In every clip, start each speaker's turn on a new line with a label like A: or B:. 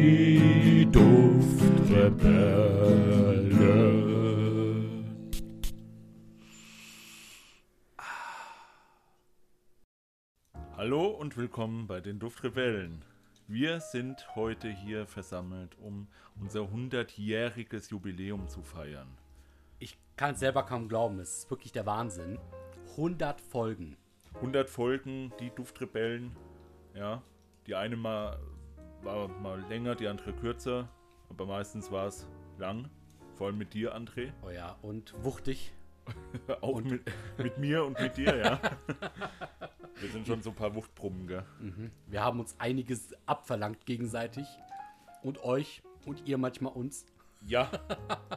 A: Die Duftrebellen.
B: Hallo und willkommen bei den Duftrebellen. Wir sind heute hier versammelt, um unser 100-jähriges Jubiläum zu feiern.
C: Ich kann es selber kaum glauben, es ist wirklich der Wahnsinn. 100 Folgen.
B: 100 Folgen, die Duftrebellen. Ja, die eine mal, war mal länger, die andere kürzer. Aber meistens war es lang. Vor allem mit dir, André.
C: Oh ja, und wuchtig.
B: Auch mit, mit mir und mit dir, ja. Wir sind schon so ein paar Wuchtbrummen, gell?
C: Wir haben uns einiges abverlangt gegenseitig. Und euch und ihr manchmal uns.
B: Ja.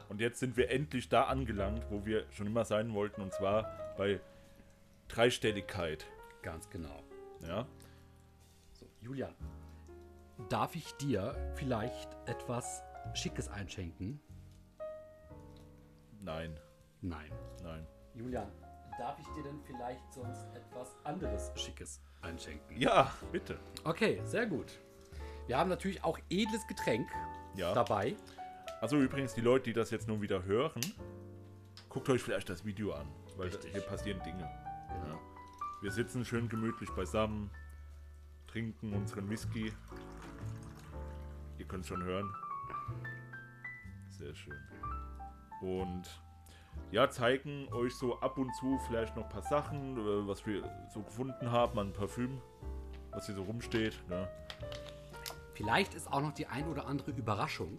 B: Und jetzt sind wir endlich da angelangt, wo wir schon immer sein wollten, und zwar bei Dreistelligkeit.
C: Ganz genau.
B: Ja.
C: So, Julian, darf ich dir vielleicht etwas Schickes einschenken?
B: Nein,
C: Nein.
B: nein.
C: Julian, darf ich dir denn vielleicht sonst etwas anderes Schickes einschenken?
B: Ja, bitte.
C: Okay, sehr gut. Wir haben natürlich auch edles Getränk
B: Ja.
C: dabei.
B: Also übrigens, die Leute, die das jetzt nur wieder hören, guckt euch vielleicht das Video an, weil
C: Richtig.
B: hier passieren Dinge. Ja. Wir sitzen schön gemütlich beisammen, trinken unseren Whisky. Ihr könnt schon hören. Sehr schön. Und ja, zeigen euch so ab und zu vielleicht noch ein paar Sachen, äh, was wir so gefunden haben an Parfüm, was hier so rumsteht. Ne?
C: Vielleicht ist auch noch die ein oder andere Überraschung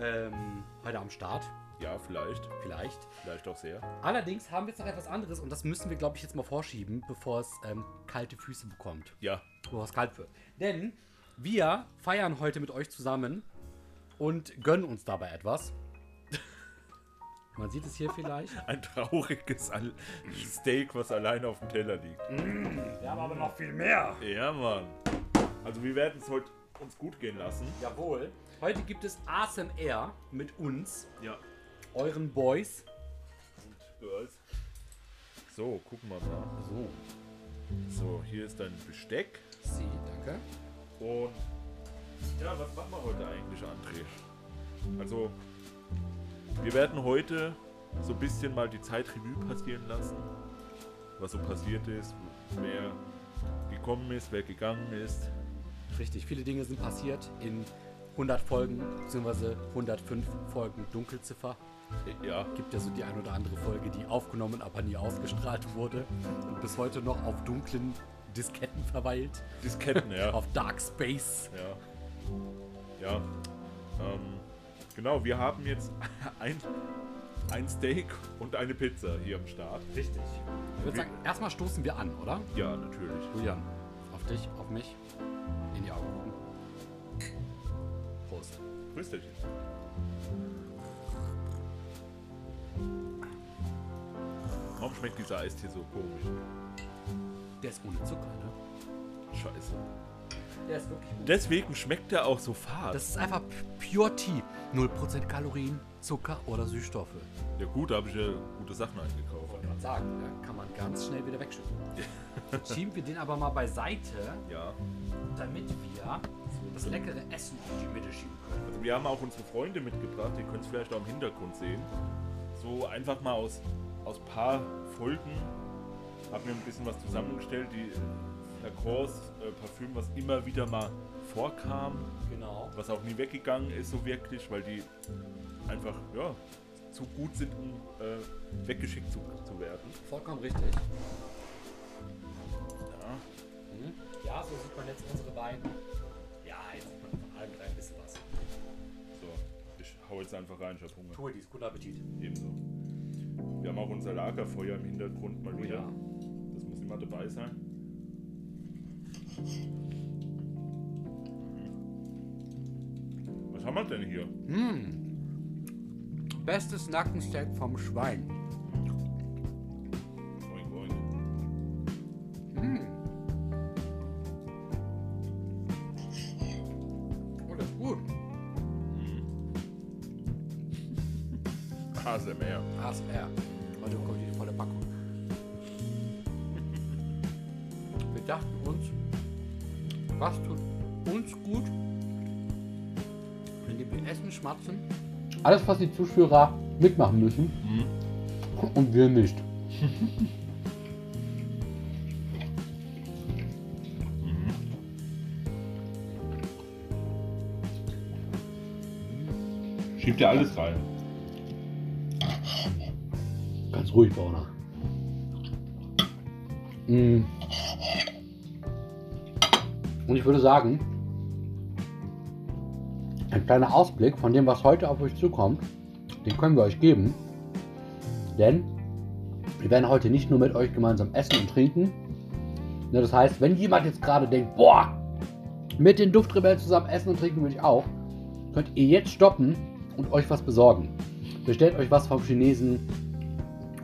C: ähm, heute am Start.
B: Ja, vielleicht.
C: Vielleicht.
B: Vielleicht auch sehr.
C: Allerdings haben wir jetzt noch etwas anderes und das müssen wir, glaube ich, jetzt mal vorschieben, bevor es ähm, kalte Füße bekommt.
B: Ja,
C: Bevor es kalt wird. Denn wir feiern heute mit euch zusammen und gönnen uns dabei etwas. Man sieht es hier vielleicht.
B: Ein trauriges Al Steak, was allein auf dem Teller liegt.
C: Wir haben aber noch viel mehr.
B: Ja, Mann. Also wir werden es heute uns gut gehen lassen.
C: Jawohl. Heute gibt es ASMR mit uns,
B: Ja.
C: euren Boys.
B: Und Girls. So, gucken wir mal.
C: So,
B: So, hier ist dein Besteck.
C: sie, danke.
B: Und ja, was machen wir heute eigentlich, André? Also, wir werden heute so ein bisschen mal die Zeit Revue passieren lassen. Was so passiert ist, wer gekommen ist, wer gegangen ist.
C: Richtig, viele Dinge sind passiert in 100 Folgen, beziehungsweise 105 Folgen Dunkelziffer.
B: Ja,
C: Gibt ja so die ein oder andere Folge, die aufgenommen, aber nie ausgestrahlt wurde und bis heute noch auf dunklen Disketten verweilt,
B: Disketten, ja.
C: auf Dark Space.
B: Ja. Ja. Ähm, genau, wir haben jetzt ein, ein Steak und eine Pizza hier am Start.
C: Richtig. Ich würde sagen, erstmal stoßen wir an, oder?
B: Ja, natürlich.
C: Julian, auf dich, auf mich, in die Augen gucken. Prost.
B: Grüß dich. Warum schmeckt dieser Eistee so komisch?
C: Der ist ohne Zucker, ne?
B: Scheiße.
C: Der ist wirklich ohne
B: Deswegen schmeckt er auch so fad.
C: Das ist einfach Pure Tea. 0% Kalorien, Zucker oder Süßstoffe.
B: ja gut, da habe ich ja gute Sachen eingekauft.
C: Wollte man sagen, ne? kann man ganz schnell wieder wegschütten. Jetzt Schieben wir den aber mal beiseite,
B: Ja.
C: damit wir das leckere Essen in die Mitte schieben können.
B: Also wir haben auch unsere Freunde mitgebracht, ihr könnt es vielleicht auch im Hintergrund sehen. So einfach mal aus aus paar Folgen haben wir ein bisschen was zusammengestellt, die Lacrosse äh, Parfüm, was immer wieder mal vorkam,
C: Genau.
B: was auch nie weggegangen ist so wirklich, weil die einfach ja zu gut sind, um äh, weggeschickt zu, zu werden.
C: Vollkommen richtig.
B: Ja.
C: Mhm. Ja, so sieht man jetzt unsere beiden. Ja, jetzt sieht man von allen drei ein bisschen was.
B: So, ich hau jetzt einfach rein, ich hab Hunger.
C: Tue dies, guten Appetit.
B: Ebenso. Wir haben auch unser Lagerfeuer im Hintergrund mal
C: Oh
B: wieder.
C: ja.
B: Das muss immer dabei sein. Was haben wir denn hier?
C: Bestes Nackensteak vom Schwein.
B: Oink, oink.
C: Oh, das ist gut.
B: ASMR.
C: ASMR. Heute kommt die volle Packung. Wir dachten uns, was tut uns gut,
D: Wir essen, schmatzen.
E: Alles, was die Zuschauer mitmachen müssen und wir nicht.
B: Schiebt ihr alles rein.
E: Ganz ruhig, Brauner. Mm. Und ich würde sagen, ein kleiner Ausblick von dem, was heute auf euch zukommt, den können wir euch geben. Denn wir werden heute nicht nur mit euch gemeinsam essen und trinken. Ne, Das heißt, wenn jemand jetzt gerade denkt, boah, mit den Duftrebellen zusammen essen und trinken will ich auch, könnt ihr jetzt stoppen und euch was besorgen. Bestellt euch was vom Chinesen,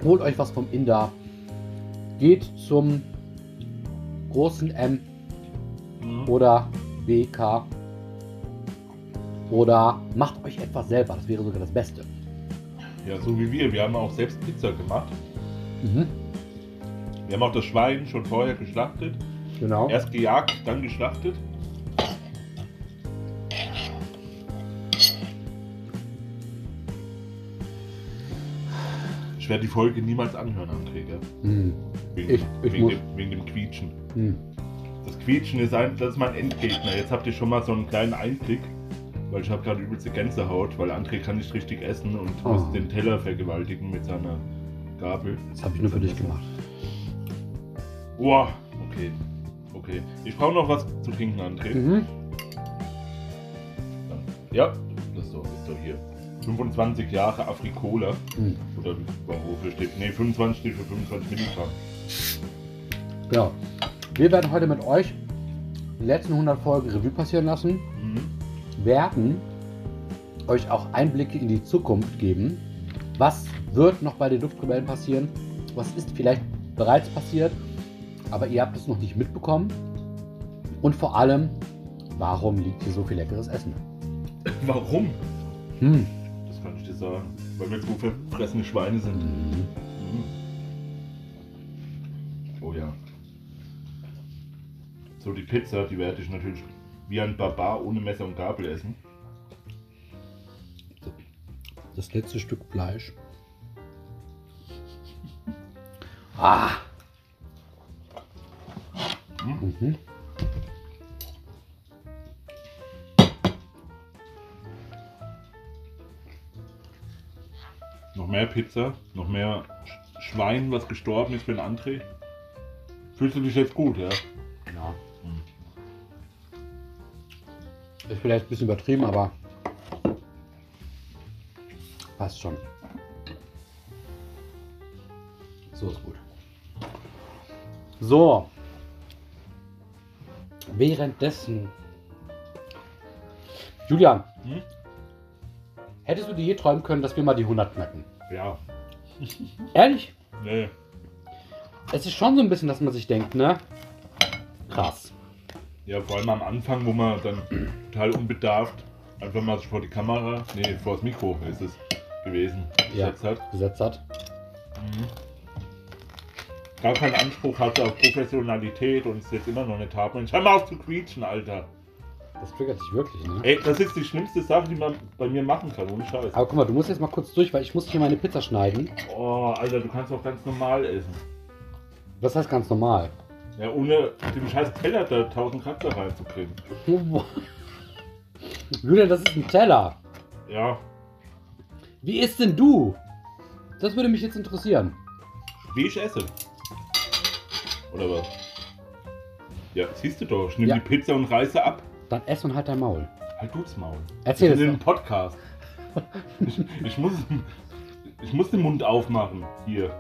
E: holt euch was vom Inder, geht zum großen M oder WK oder macht euch etwas selber, das wäre sogar das Beste.
B: Ja, so wie wir. Wir haben auch selbst Pizza gemacht.
E: Mhm,
B: Wir haben auch das Schwein schon vorher geschlachtet.
E: genau.
B: Erst gejagt, dann geschlachtet. Ich werde die Folge niemals anhören, André. gell?
E: Mhm.
B: Wegen,
E: Ich- ich
B: wegen,
E: muss.
B: dem, wegen dem Quietschen.
E: Mhm.
B: Das Quietschen ist, ein, das ist mein Endgegner. Jetzt habt ihr schon mal so einen kleinen Einblick, weil ich habe gerade übelste Gänsehaut, weil André kann nicht richtig essen und
E: Oh.
B: muss den Teller vergewaltigen mit seiner Gabel.
E: Das habe ich nur für dich gemacht.
B: Boah, okay. Okay. Ich brauche noch was zu trinken, André.
E: Mhm.
B: Ja, das ist doch, ist doch hier. 25 Jahre Afrikola.
E: Mhm.
B: Oder wofür steht. Ne, 25 steht für 25 Milligramm.
E: Genau. Wir werden heute mit euch die letzten 100 Folgen Revue passieren lassen,
B: Mhm.
E: werden euch auch Einblicke in die Zukunft geben. Was wird noch bei den Duftrebellen passieren? Was ist vielleicht bereits passiert, aber ihr habt es noch nicht mitbekommen? Und vor allem, warum liegt hier so viel leckeres Essen?
B: Warum?
E: Hm.
B: Das kann ich dir sagen. Weil wir zwei verfressene Schweine sind.
E: Mhm.
B: Oh ja. So, die Pizza, die werde ich natürlich wie ein Barbar ohne Messer und Gabel essen.
E: Das letzte Stück Fleisch. Ah! Mhm.
B: Noch mehr Pizza, noch mehr Sch- Schwein, was gestorben ist für den André. Fühlst du dich jetzt gut, ja?
E: Ja. hm. Ist vielleicht ein bisschen übertrieben, aber passt schon. So ist gut. So. Währenddessen. Julian,
B: Hm?
E: hättest du dir je träumen können, dass wir mal die 100 knacken?
B: Ja.
E: Ehrlich?
B: Nee.
E: Es ist schon so ein bisschen, dass man sich denkt, ne? Krass.
B: Ja, vor allem am Anfang, wo man dann total unbedarft einfach mal sich vor die Kamera, nee, vor das Mikro ist es gewesen,
E: Ja.
B: gesetzt hat.
E: Gesetzt hat.
B: Gar keinen Anspruch hatte auf Professionalität und es jetzt immer noch nicht haben. Und ich hör mal auf zu quietschen, Alter.
E: Das triggert dich wirklich, ne?
B: Ey, das ist die schlimmste Sache, die man bei mir machen kann, ohne Scheiß.
E: Aber guck mal, du musst jetzt mal kurz durch, weil ich muss hier meine Pizza schneiden.
B: Oh, Alter, du kannst auch ganz normal essen.
E: Das heißt ganz normal.
B: Ja, ohne den scheiß Teller da 1000 Kratzer reinzukriegen.
E: Julian, das ist ein Teller.
B: Ja,
E: Wie isst denn du? Das würde mich jetzt interessieren.
B: wie ich esse. Oder was? Ja, siehst du doch, ich nehme
E: Ja.
B: die Pizza und reiße ab.
E: Dann ess und halt dein Maul.
B: Halt du's Maul.
E: Erzähl
B: ich bin
E: es
B: im
E: doch.
B: Podcast. Ich, ich, muss, ich muss den Mund aufmachen. Hier.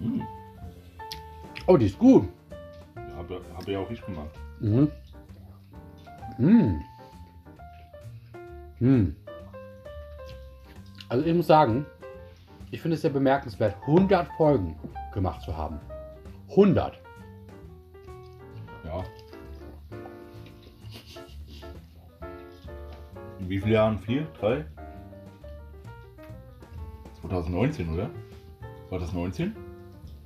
B: Hm,
E: Oh, die ist gut.
B: habe hab ja auch ich gemacht.
E: Mhm. Mhm. Mhm. Also ich muss sagen, ich finde es sehr bemerkenswert, 100 Folgen gemacht zu haben. 100.
B: Ja. In wie vielen Jahren? Vier? Drei? 2019, oder? War das 19?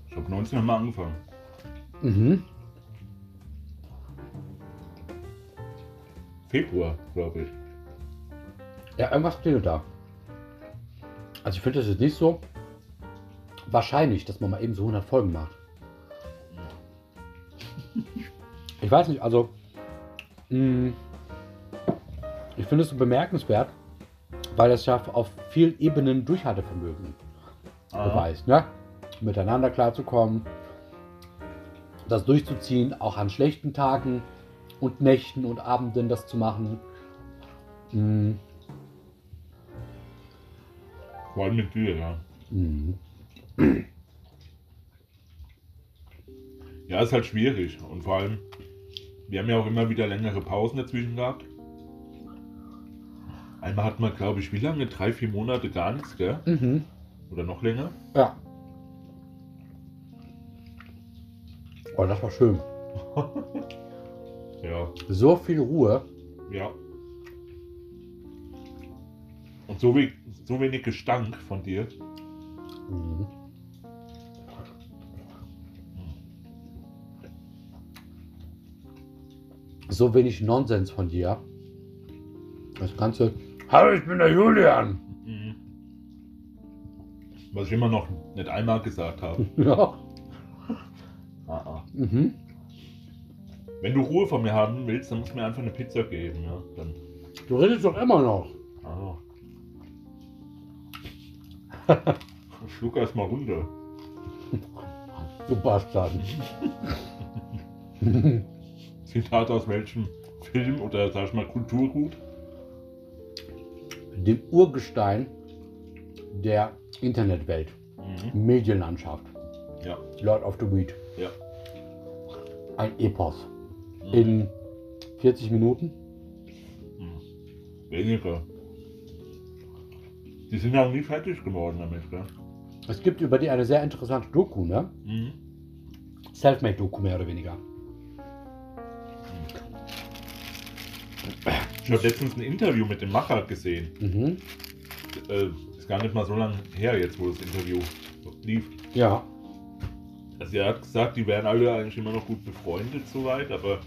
B: Ich glaube, 19 haben wir angefangen.
E: Mhm.
B: Februar, glaube ich.
E: Ja, irgendwas klingelt da. Also ich finde das jetzt nicht so wahrscheinlich, dass man mal eben so 100 Folgen macht. Ich weiß nicht, also mh, ich finde es so bemerkenswert, weil das ja auf vielen Ebenen Durchhaltevermögen beweist, ne? Miteinander klarzukommen, das durchzuziehen, auch an schlechten Tagen und Nächten und Abenden das zu machen. Mm, Mh,
B: Vor allem mit dir, ja.
E: mh.
B: Ja, ist halt schwierig. Und vor allem, wir haben ja auch immer wieder längere Pausen dazwischen gehabt. Einmal hat man, glaube ich, wie lange? Drei, vier Monate gar nichts, gell?
E: Mhm.
B: Oder noch länger?
E: Ja. Oh, das war schön.
B: Ja.
E: So viel Ruhe.
B: Ja. Und so, we so wenig Gestank von dir.
E: Mhm. So wenig Nonsens von dir. Das Ganze. Hallo, ich bin der Julian.
B: Mhm. Was ich immer noch nicht einmal gesagt habe.
E: Ja.
B: Ah, ah.
E: Mhm.
B: Wenn du Ruhe von mir haben willst, dann musst du mir einfach eine Pizza geben. Ja? Dann,
E: Du redest doch immer noch.
B: ah. Ich schluck erstmal runter.
E: Du Bastard.
B: Zitat aus welchem Film oder sag ich mal Kulturgut?
E: Dem Urgestein der Internetwelt.
B: Mhm.
E: Medienlandschaft.
B: Ja.
E: Lord of the Weed.
B: Ja.
E: Ein Epos.
B: Mhm.
E: In 40 Minuten.
B: Weniger. Die sind ja nie fertig geworden damit, gell?
E: Es gibt über die eine sehr interessante Doku, ne?
B: Mhm.
E: Selfmade-Doku mehr oder weniger.
B: Ich habe letztens ein Interview mit dem Macher gesehen.
E: Mhm.
B: äh, ist gar nicht mal so lange her jetzt, wo das Interview lief.
E: Ja.
B: Also er hat gesagt, die wären alle eigentlich immer noch gut befreundet soweit, aber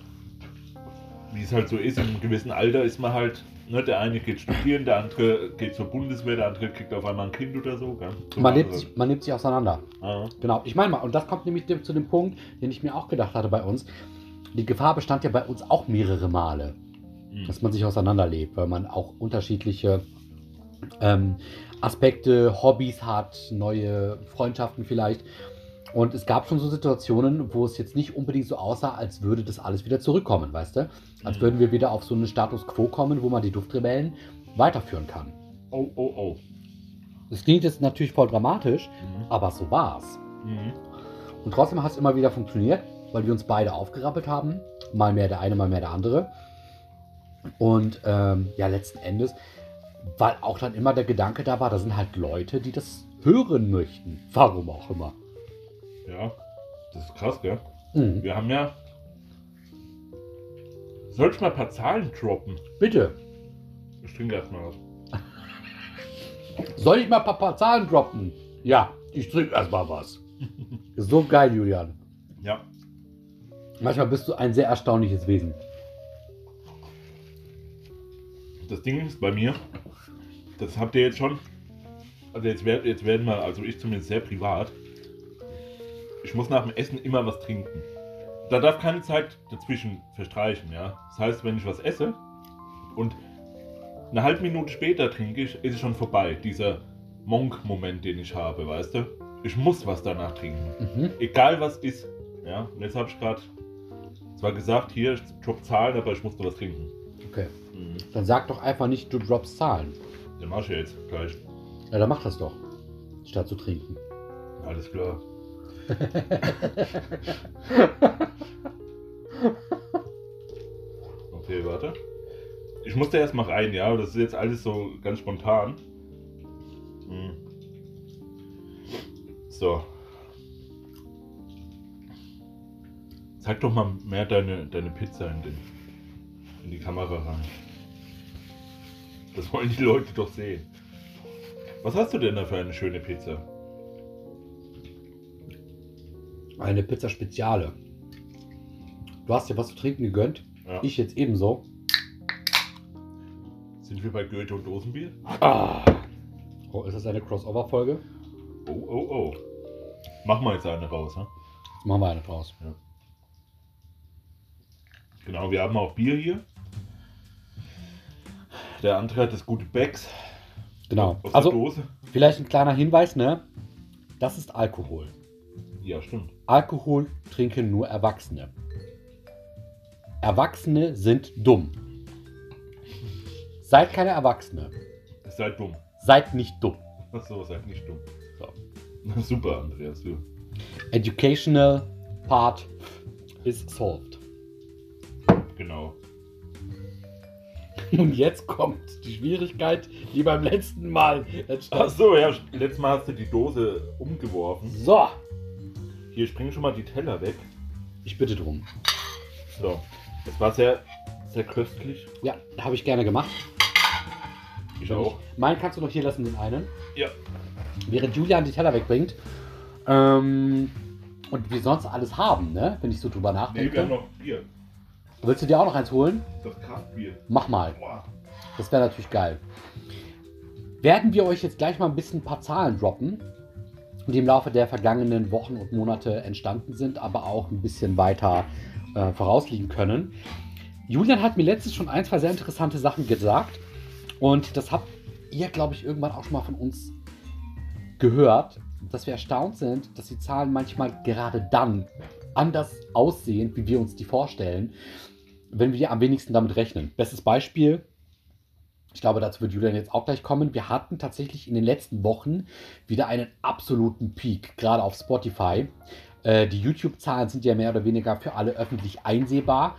B: wie es halt so ist, im gewissen Alter ist man halt, ne, der eine geht studieren, der andere geht zur Bundeswehr, der andere kriegt auf einmal ein Kind oder so. Gell? So
E: Man nimmt,
B: andere.
E: sich, man nimmt sich auseinander.
B: Ah,
E: Genau. Ich meine mal, und das kommt nämlich dem- zu dem Punkt, den ich mir auch gedacht hatte bei uns. Die Gefahr bestand ja bei uns auch mehrere Male,
B: mh.
E: dass man sich auseinanderlebt, weil man auch unterschiedliche ähm, Aspekte, Hobbys hat, neue Freundschaften vielleicht. Und es gab schon so Situationen, wo es jetzt nicht unbedingt so aussah, als würde das alles wieder zurückkommen, weißt du? Als
B: Mhm.
E: würden wir wieder auf so einen Status quo kommen, wo man die Duftrebellen weiterführen kann.
B: Oh, oh, oh.
E: Das klingt jetzt natürlich voll dramatisch,
B: Mhm.
E: aber so war's.
B: Mhm.
E: Und trotzdem hat es immer wieder funktioniert, weil wir uns beide aufgerappelt haben. Mal mehr der eine, mal mehr der andere. Und ähm, ja, letzten Endes, weil auch dann immer der Gedanke da war, da sind halt Leute, die das hören möchten. Warum auch immer.
B: Ja, das ist krass, gell?
E: Mhm.
B: Wir haben ja... Soll ich mal ein paar Zahlen droppen?
E: Bitte,
B: Ich trinke erstmal was.
E: soll ich mal ein paar, paar Zahlen droppen? Ja, ich trinke erstmal was. so geil, Julian.
B: Ja,
E: Manchmal bist du ein sehr erstaunliches Wesen.
B: Das Ding ist bei mir, das habt ihr jetzt schon. Also jetzt, werd, jetzt werden wir, also ich zumindest sehr privat. Ich muss nach dem Essen immer was trinken. Da darf keine Zeit dazwischen verstreichen, ja. Das heißt, wenn ich was esse und eine halbe Minute später trinke ich, ist es schon vorbei. Dieser Monk-Moment, den ich habe, weißt du? Ich muss was danach trinken.
E: Mhm.
B: Egal was ist. Ja, und jetzt habe ich gerade zwar gesagt, hier, ich droppe Zahlen, aber ich musste was trinken.
E: Okay,
B: Mhm.
E: dann sag doch einfach nicht, du droppst Zahlen.
B: Den mach ich jetzt gleich.
E: Ja, dann mach das doch. Statt zu trinken.
B: Alles klar. okay, warte. Ich musste erst mal rein, ja. Das ist jetzt alles so ganz spontan. Hm. So. Zeig doch mal mehr deine, deine Pizza in, den, in die Kamera rein. Das wollen die Leute doch sehen. Was hast du denn da für eine schöne Pizza?
E: Eine Pizza Speziale. Du hast dir was zu trinken gegönnt.
B: Ja.
E: Ich jetzt ebenso.
B: Sind wir bei Goethe und Dosenbier?
E: Oh, ist das eine Crossover-Folge?
B: Oh, oh, oh. Machen wir jetzt eine raus, ne?
E: Jetzt machen wir eine draus.
B: Genau, wir haben auch Bier hier. Der andere hat das gute Becks
E: Genau.
B: aus der
E: Also,
B: Dose.
E: vielleicht ein kleiner Hinweis, ne? Das ist Alkohol.
B: Ja, stimmt.
E: Alkohol trinken nur Erwachsene. Erwachsene sind dumm. Seid keine Erwachsene.
B: Ist halt dumm.
E: Seid nicht dumm.
B: Achso, ist halt nicht dumm.
E: So.
B: Na, Super, Andreas. Du.
E: Educational part is solved.
B: Genau.
E: Und jetzt kommt die Schwierigkeit, die beim letzten Mal entstand.
B: Achso, ja, letztes Mal hast du die Dose umgeworfen.
E: So,
B: Hier springen schon mal die Teller weg.
E: ich bitte drum.
B: So. Das war sehr, sehr köstlich.
E: Ja, habe ich gerne gemacht.
B: Ich auch.
E: Meinen kannst du noch hier lassen, den einen.
B: Ja.
E: Während Julian die Teller wegbringt. Ähm, und wir sonst alles haben, ne? Wenn ich so drüber
B: Nee,
E: nachdenke.
B: wir haben noch Bier.
E: Willst du dir auch noch eins holen?
B: Das Kraftbier.
E: Mach mal.
B: Boah.
E: Das wäre natürlich geil. Werden wir euch jetzt gleich mal ein bisschen ein paar Zahlen droppen, die im Laufe der vergangenen Wochen und Monate entstanden sind, aber auch ein bisschen weiter äh, vorausliegen können. Julian hat mir letztens schon ein, zwei sehr interessante Sachen gesagt und das habt ihr, glaube ich, irgendwann auch schon mal von uns gehört, dass wir erstaunt sind, dass die Zahlen manchmal gerade dann anders aussehen, wie wir uns die vorstellen, wenn wir am wenigsten damit rechnen. Bestes Beispiel, ich glaube, dazu wird Julian jetzt auch gleich kommen. Wir hatten tatsächlich in den letzten Wochen wieder einen absoluten Peak, gerade auf Spotify. Äh, die YouTube-Zahlen sind ja mehr oder weniger für alle öffentlich einsehbar.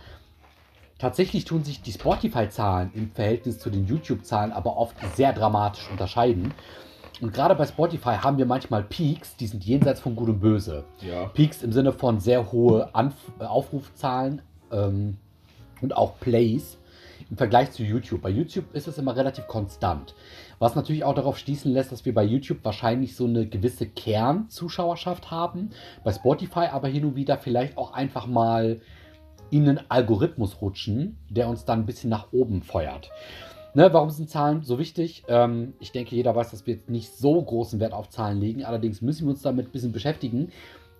E: Tatsächlich tun sich die Spotify-Zahlen im Verhältnis zu den YouTube-Zahlen aber oft sehr dramatisch unterscheiden. Und gerade bei Spotify haben wir manchmal Peaks, die sind jenseits von Gut und Böse.
B: Ja.
E: Peaks im Sinne von sehr hohe Anf äh, Aufrufzahlen ähm, und auch Plays im Vergleich zu YouTube. Bei YouTube ist es immer relativ konstant. Was natürlich auch darauf schließen lässt, dass wir bei YouTube wahrscheinlich so eine gewisse Kernzuschauerschaft haben. Bei Spotify aber hin und wieder vielleicht auch einfach mal in einen Algorithmus rutschen, der uns dann ein bisschen nach oben feuert. Ne, warum sind Zahlen so wichtig? Ähm, ich denke, jeder weiß, dass wir jetzt nicht so großen Wert auf Zahlen legen. Allerdings müssen wir uns damit ein bisschen beschäftigen,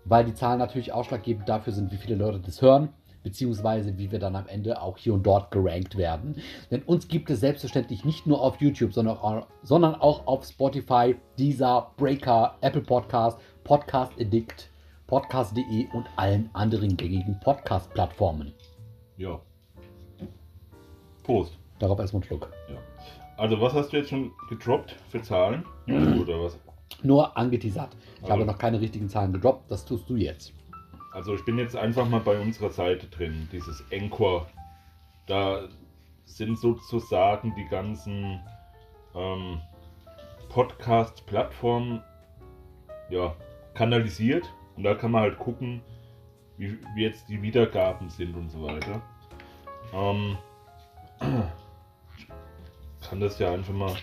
E: weil die Zahlen natürlich ausschlaggebend dafür sind, wie viele Leute das hören, beziehungsweise wie wir dann am Ende auch hier und dort gerankt werden. Denn uns gibt es selbstverständlich nicht nur auf YouTube, sondern auch, sondern auch auf Spotify, Deezer, Breaker, Apple Podcast, Podcast Addict, Podcast.de und allen anderen gängigen Podcast-Plattformen.
B: Ja. Prost.
E: Darauf erstmal einen Schluck.
B: Ja. Also, was hast du jetzt schon gedroppt für Zahlen? YouTube oder was?
E: Nur angeteasert. Ich
B: Also-
E: habe noch keine richtigen Zahlen gedroppt, das tust du jetzt.
B: Also, ich bin jetzt einfach mal bei unserer Seite drin, dieses Encore. Da sind sozusagen die ganzen ähm, Podcast-Plattformen ja, kanalisiert und da kann man halt gucken, wie, wie jetzt die Wiedergaben sind und so weiter. Ähm, kann das ja einfach mal.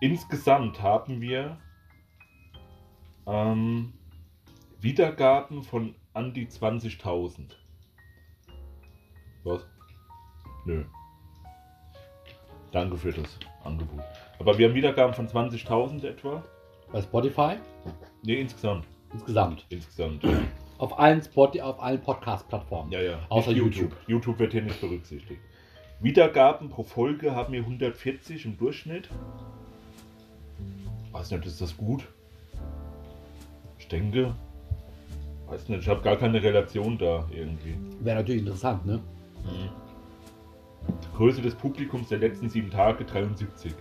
B: Insgesamt haben wir ähm, Wiedergaben von an die 20.000. Was? Nö. Danke für das Angebot. Aber wir haben Wiedergaben von 20.000 etwa.
E: Bei Spotify
B: Ne, insgesamt.
E: insgesamt.
B: Insgesamt.
E: Auf allen, Spot- auf allen Podcast-Plattformen.
B: Ja, ja.
E: Außer
B: Nicht
E: YouTube.
B: YouTube. YouTube wird hier nicht berücksichtigt. Wiedergaben pro Folge haben wir 140 im Durchschnitt. Weiß nicht, ist das gut? Ich denke. Weiß nicht, ich habe gar keine Relation da irgendwie.
E: Wäre natürlich interessant, ne?
B: Größe des Publikums der letzten sieben Tage 73.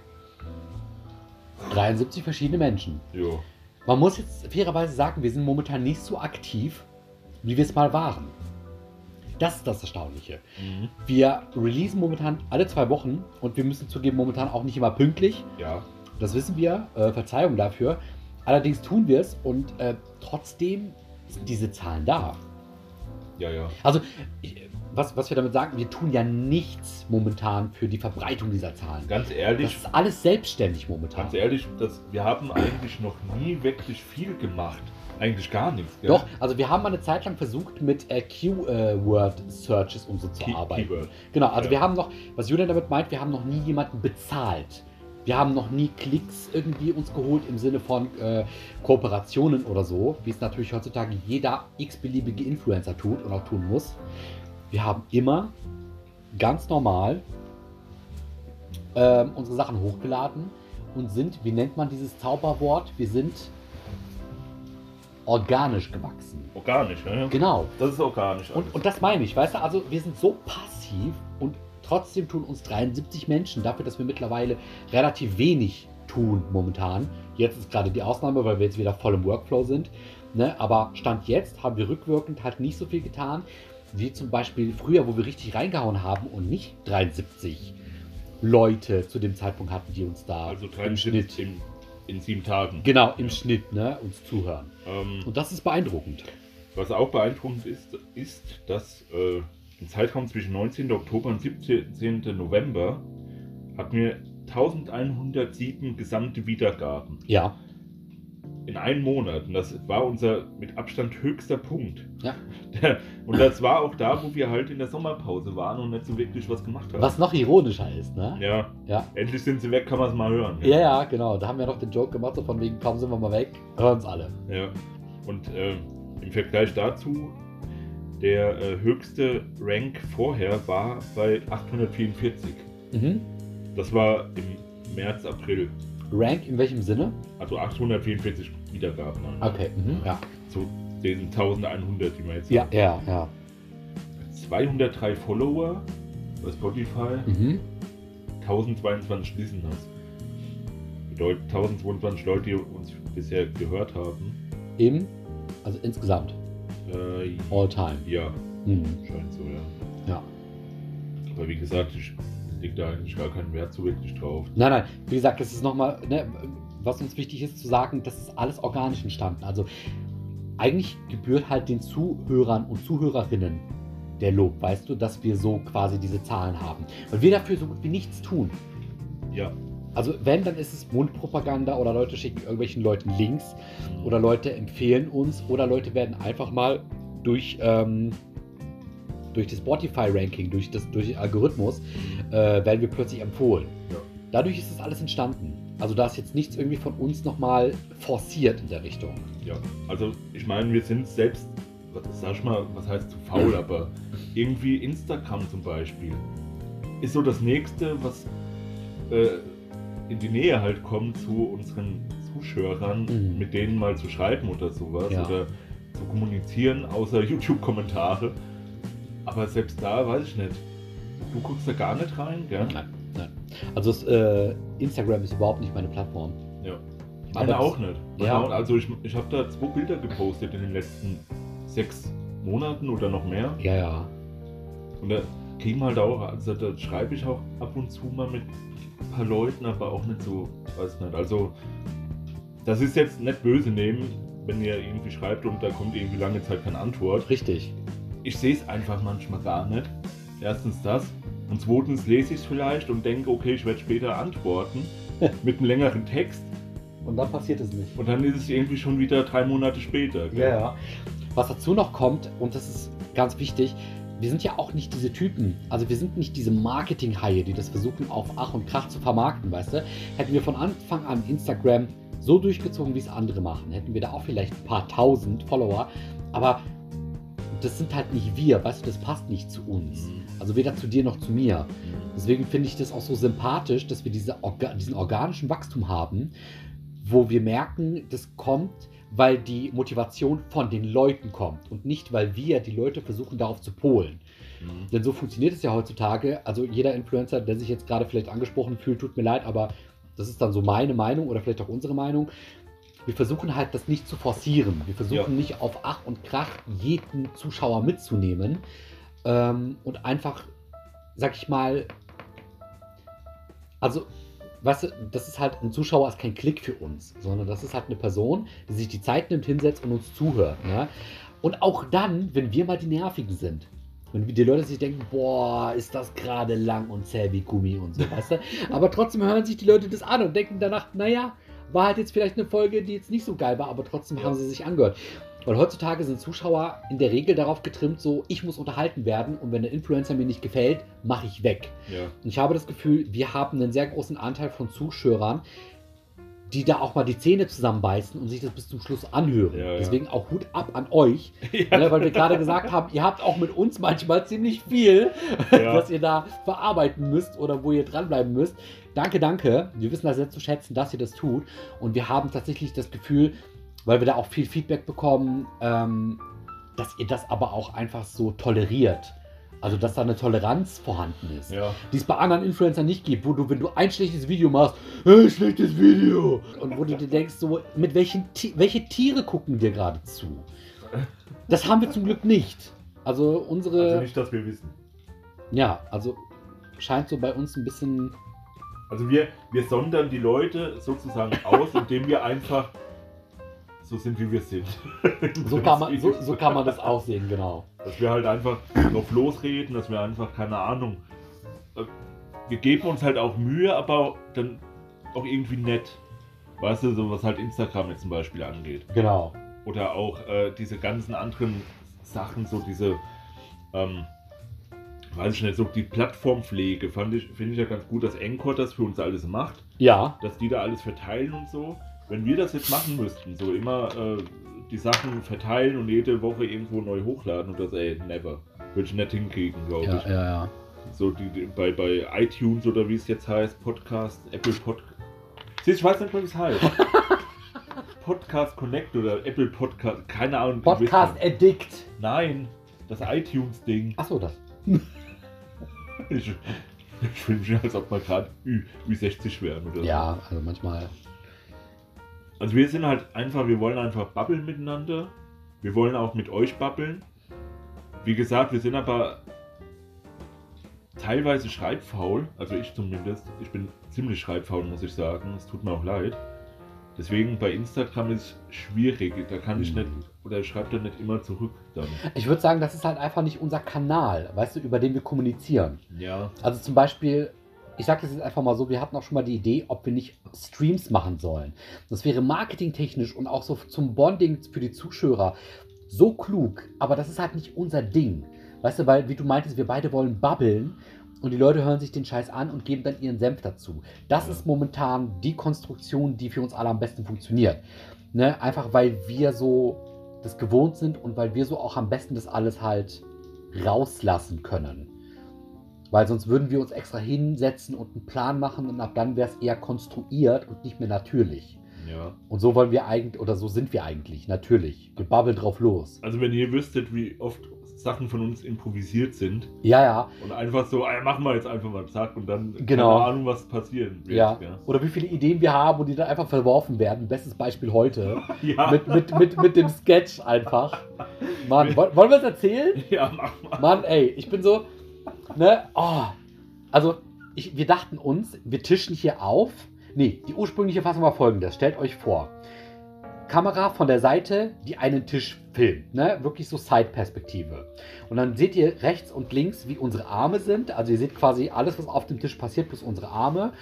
E: 73 verschiedene Menschen.
B: Jo.
E: Man muss jetzt fairerweise sagen, wir sind momentan nicht so aktiv, wie wir es mal waren. Das ist das Erstaunliche.
B: Mhm.
E: Wir releasen momentan alle zwei Wochen und wir müssen zugeben, momentan auch nicht immer pünktlich.
B: Ja.
E: Das wissen wir, äh, Verzeihung dafür. Allerdings tun wir es und äh, trotzdem sind diese Zahlen da.
B: Ja, ja.
E: Also ich, was, was wir damit sagen, wir tun ja nichts momentan für die Verbreitung dieser Zahlen.
B: Ganz
E: Das
B: ehrlich,
E: ist alles selbstständig momentan.
B: ganz ehrlich, das, wir haben eigentlich noch nie wirklich viel gemacht. Eigentlich gar nichts. gell?
E: Doch, also wir haben mal eine Zeit lang versucht, mit äh, Keyword-Searches und so zu
B: Key-
E: arbeiten.
B: Keyword.
E: Genau, also
B: Ja.
E: wir haben noch, was Julian damit meint, wir haben noch nie jemanden bezahlt. Wir haben noch nie Klicks irgendwie uns geholt im Sinne von äh, Kooperationen oder so, wie es natürlich heutzutage jeder x-beliebige Influencer tut und auch tun muss. Wir haben immer ganz normal ähm, unsere Sachen hochgeladen und sind, wie nennt man dieses Zauberwort? Wir sind organisch gewachsen.
B: Organisch, ne?
E: Genau.
B: Das ist organisch. alles.
E: Und, und das meine ich, weißt du, also wir sind so passiv und trotzdem tun uns 73 Menschen dafür, dass wir mittlerweile relativ wenig tun momentan. Jetzt ist gerade die Ausnahme, weil wir jetzt wieder voll im Workflow sind. Ne? Aber Stand jetzt haben wir rückwirkend halt nicht so viel getan, wie zum Beispiel früher, wo wir richtig reingehauen haben und nicht 73 Leute zu dem Zeitpunkt hatten, die uns da
B: also
E: im
B: 73
E: Schnitt,
B: in, in sieben Tagen.
E: genau, im
B: Ja.
E: Schnitt ne, uns zuhören.
B: Ähm,
E: Und das ist beeindruckend.
B: Was auch beeindruckend ist, ist, dass äh, im Zeitraum zwischen 19. Oktober und 17. November hatten wir 1107 gesamte Wiedergaben
E: Ja,
B: in einem Monat. Und das war unser mit Abstand höchster Punkt.
E: Ja.
B: Und das war auch da, wo wir halt in der Sommerpause waren und nicht so wirklich was gemacht haben.
E: was noch ironischer ist, ne?
B: Ja.
E: Ja.
B: Endlich sind sie weg, kann man es mal hören.
E: Ja, ja, genau. Da haben wir noch den Joke gemacht, so von wegen, kaum sind wir mal weg, hören uns alle.
B: Ja. Und äh, im Vergleich dazu, der äh, höchste Rank vorher war bei 844.
E: Mhm.
B: Das war im März, April.
E: Rank in welchem Sinne?
B: Also 844 Wiedergaben. Ne?
E: Okay, mhm. ja.
B: Zu diesen 1100, die wir jetzt
E: Ja, ja, ja.
B: haben. 203 Follower bei Spotify,
E: Mhm.
B: 1022 Listeners. Bedeutet 1022 Leute, die uns bisher gehört haben.
E: Im, also insgesamt,
B: Äh,
E: all time.
B: ja,
E: Mhm.
B: scheint so, ja.
E: Oh. Ja.
B: Aber wie gesagt, ich leg da eigentlich gar keinen Wert so wirklich drauf.
E: Nein, nein, wie gesagt, das ist nochmal, ne, was uns wichtig ist zu sagen, das ist alles organisch entstanden. Also eigentlich gebührt halt den Zuhörern und Zuhörerinnen der Lob, weißt du, dass wir so quasi diese Zahlen haben. Weil wir dafür so gut wie nichts tun.
B: Ja.
E: Also wenn, dann ist es Mundpropaganda oder Leute schicken irgendwelchen Leuten Links oder Leute empfehlen uns oder Leute werden einfach mal durch, ähm, durch das Spotify-Ranking, durch, das, durch den Algorithmus, äh, werden wir plötzlich empfohlen.
B: Ja.
E: Dadurch ist das alles entstanden. Also da ist jetzt nichts irgendwie von uns nochmal forciert in der Richtung.
B: Ja. Also ich meine, wir sind selbst, was, sag ich mal, was heißt zu faul, aber irgendwie Instagram zum Beispiel ist so das nächste, was äh, in die Nähe halt kommt zu unseren Zuschauern,
E: Mhm.
B: mit denen mal zu schreiben oder sowas
E: Ja.
B: oder zu kommunizieren, außer YouTube-Kommentare. Aber selbst da weiß ich nicht. Du guckst da gar nicht rein, gell?
E: Nein, nein. Also es, äh, Instagram ist überhaupt nicht meine Plattform.
B: Ja.
E: Aber
B: Meine
E: das-
B: auch nicht. Meine
E: Ja.
B: auch, also ich, ich habe da zwei Bilder gepostet in den letzten sechs Monaten oder noch mehr.
E: Ja, ja.
B: Und da kriegen wir halt auch, also da schreibe ich auch ab und zu mal mit ein paar Leuten, aber auch nicht so, weiß nicht. Also das ist jetzt nicht böse nehmen, wenn ihr irgendwie schreibt und da kommt irgendwie lange Zeit keine Antwort.
E: Richtig.
B: Ich sehe es einfach manchmal gar nicht. Erstens das. Und zweitens lese ich es vielleicht und denke, okay, ich werde später antworten mit einem längeren Text.
E: Und dann passiert es nicht.
B: Und dann ist es irgendwie schon wieder drei Monate später. gell?
E: Ja, ja. Was dazu noch kommt, und das ist ganz wichtig, wir sind ja auch nicht diese Typen. Also wir sind nicht diese Marketinghaie, die das versuchen auf Ach und Krach zu vermarkten, weißt du? Hätten wir von Anfang an Instagram so durchgezogen, wie es andere machen, hätten wir da auch vielleicht ein paar tausend Follower. Aber das sind halt nicht wir, weißt du, das passt nicht zu uns.
B: Mhm,
E: Also weder zu dir noch zu mir. Deswegen finde ich das auch so sympathisch, dass wir diese Orga diesen organischen Wachstum haben, wo wir merken, das kommt, weil die Motivation von den Leuten kommt und nicht, weil wir die Leute versuchen, darauf zu polen.
B: Mhm.
E: Denn so funktioniert es ja heutzutage. Also jeder Influencer, der sich jetzt gerade vielleicht angesprochen fühlt, tut mir leid, aber das ist dann so meine Meinung oder vielleicht auch unsere Meinung. Wir versuchen halt, das nicht zu forcieren. Wir versuchen
B: Ja.
E: nicht auf Ach und Krach jeden Zuschauer mitzunehmen ähm, und einfach, sag ich mal, also, weißt du, das ist halt, ein Zuschauer ist kein Klick für uns, sondern das ist halt eine Person, die sich die Zeit nimmt, hinsetzt und uns zuhört. Ne? Und auch dann, wenn wir mal die Nervigen sind. Und die Leute sich denken, boah, ist das gerade lang und zäh wie Gummi und so, weißt du? Aber trotzdem hören sich die Leute das an und denken danach, naja, war halt jetzt vielleicht eine Folge, die jetzt nicht so geil war, aber trotzdem haben sie sich angehört. Weil heutzutage sind Zuschauer in der Regel darauf getrimmt, so, ich muss unterhalten werden und wenn der Influencer mir nicht gefällt, mache ich weg.
B: Ja.
E: Und ich habe das Gefühl, wir haben einen sehr großen Anteil von Zuschauern, die da auch mal die Zähne zusammenbeißen und sich das bis zum Schluss anhören.
B: Ja, ja.
E: Deswegen auch Hut ab an euch, ne, weil wir gerade gesagt haben, ihr habt auch mit uns manchmal ziemlich viel,
B: Ja.
E: was ihr da verarbeiten müsst oder wo ihr dranbleiben müsst. Danke, danke. Wir wissen das sehr zu schätzen, dass ihr das tut. Und wir haben tatsächlich das Gefühl, weil wir da auch viel Feedback bekommen, ähm, dass ihr das aber auch einfach so toleriert. Also, dass da eine Toleranz vorhanden ist
B: Ja.
E: die es bei anderen Influencern nicht gibt, wo du, wenn du ein schlechtes Video machst, hey, schlechtes Video. Und wo du dir denkst, so, mit welchen Ti- welche Tiere gucken dir gerade zu? Das haben wir zum Glück nicht. Also unsere,
B: Also nicht, dass wir wissen.
E: ja, also scheint so bei uns ein bisschen,
B: Also wir, wir sondern die Leute sozusagen aus, indem wir einfach so sind, wie wir sind.
E: so kann man, so, so kann man das aussehen, genau.
B: Dass wir halt einfach drauf losreden, dass wir einfach, keine Ahnung, äh, wir geben uns halt auch Mühe, aber dann auch irgendwie nett. Weißt du, so was halt Instagram jetzt zum Beispiel angeht.
E: Genau.
B: Oder auch äh, diese ganzen anderen Sachen, so diese, ähm, weiß ich nicht, so die Plattformpflege, fand ich, finde ich ja ganz gut, dass Encore das für uns alles macht
E: Ja,
B: dass die da alles verteilen und so. Wenn wir das jetzt machen müssten, so immer äh, die Sachen verteilen und jede Woche irgendwo neu hochladen und das, ey, never. Würde ich nicht hinkriegen, glaube
E: ja,
B: ich.
E: ja, ja.
B: So die, die, bei, bei iTunes oder wie es jetzt heißt, Podcast, Apple Podcast. Siehst, du, ich weiß nicht, mal, wie es heißt. Podcast Connect oder Apple Podcast, keine Ahnung. ihr wisst
E: Podcast
B: schon.
E: Addict.
B: Nein, das iTunes-Ding.
E: Achso, das.
B: Ich, ich fühle mich, als ob wir gerade Ü- Ü60 wären oder so.
E: Ja, also manchmal.
B: Also wir sind halt einfach, wir wollen einfach babbeln miteinander. Wir wollen auch mit euch babbeln. Wie gesagt, wir sind aber teilweise schreibfaul. Also ich zumindest. Ich bin ziemlich schreibfaul, muss ich sagen. Es tut mir auch leid. Deswegen bei Instagram ist es schwierig. Da kann
E: Hm.
B: ich nicht, oder ich schreibe da nicht immer zurück dann.
E: Ich würde sagen, das ist halt einfach nicht unser Kanal, weißt du, über den wir kommunizieren.
B: Ja.
E: Also zum Beispiel, ich sage das jetzt einfach mal so, wir hatten auch schon mal die Idee, ob wir nicht Streams machen sollen. Das wäre marketingtechnisch und auch so zum Bonding für die Zuschauer so klug, aber das ist halt nicht unser Ding. Weißt du, weil, wie du meintest, wir beide wollen babbeln und die Leute hören sich den Scheiß an und geben dann ihren Senf dazu. Das
B: Ja.
E: ist momentan die Konstruktion, die für uns alle am besten funktioniert. Ne? Einfach weil wir so das gewohnt sind und weil wir so auch am besten das alles halt rauslassen können. Weil sonst würden wir uns extra hinsetzen und einen Plan machen und ab dann wäre es eher konstruiert und nicht mehr natürlich.
B: Ja.
E: Und so wollen wir eigentlich, oder so sind wir eigentlich, natürlich. Wir babbeln drauf los.
B: Also wenn ihr wüsstet, wie oft Sachen von uns improvisiert sind
E: Ja, ja,
B: und einfach so, ey, machen wir jetzt einfach mal zack und dann
E: Genau.
B: keine Ahnung, was passieren wird.
E: ja.
B: gell?
E: Oder wie viele Ideen wir haben und die dann einfach verworfen werden. Bestes Beispiel heute.
B: Ja.
E: Mit, mit, mit, mit dem Sketch einfach. Mann, woll- wollen wir es erzählen?
B: Ja, mach mal.
E: Mann, ey, ich bin so, ne, oh. Also, ich, wir dachten uns, wir tischen hier auf. Nee, die ursprüngliche Fassung war folgendes. Stellt euch vor, Kamera von der Seite, die einen Tisch filmt, ne, wirklich so Side-Perspektive. Und dann seht ihr rechts und links, wie unsere Arme sind. Also ihr seht quasi alles, was auf dem Tisch passiert, plus unsere Arme.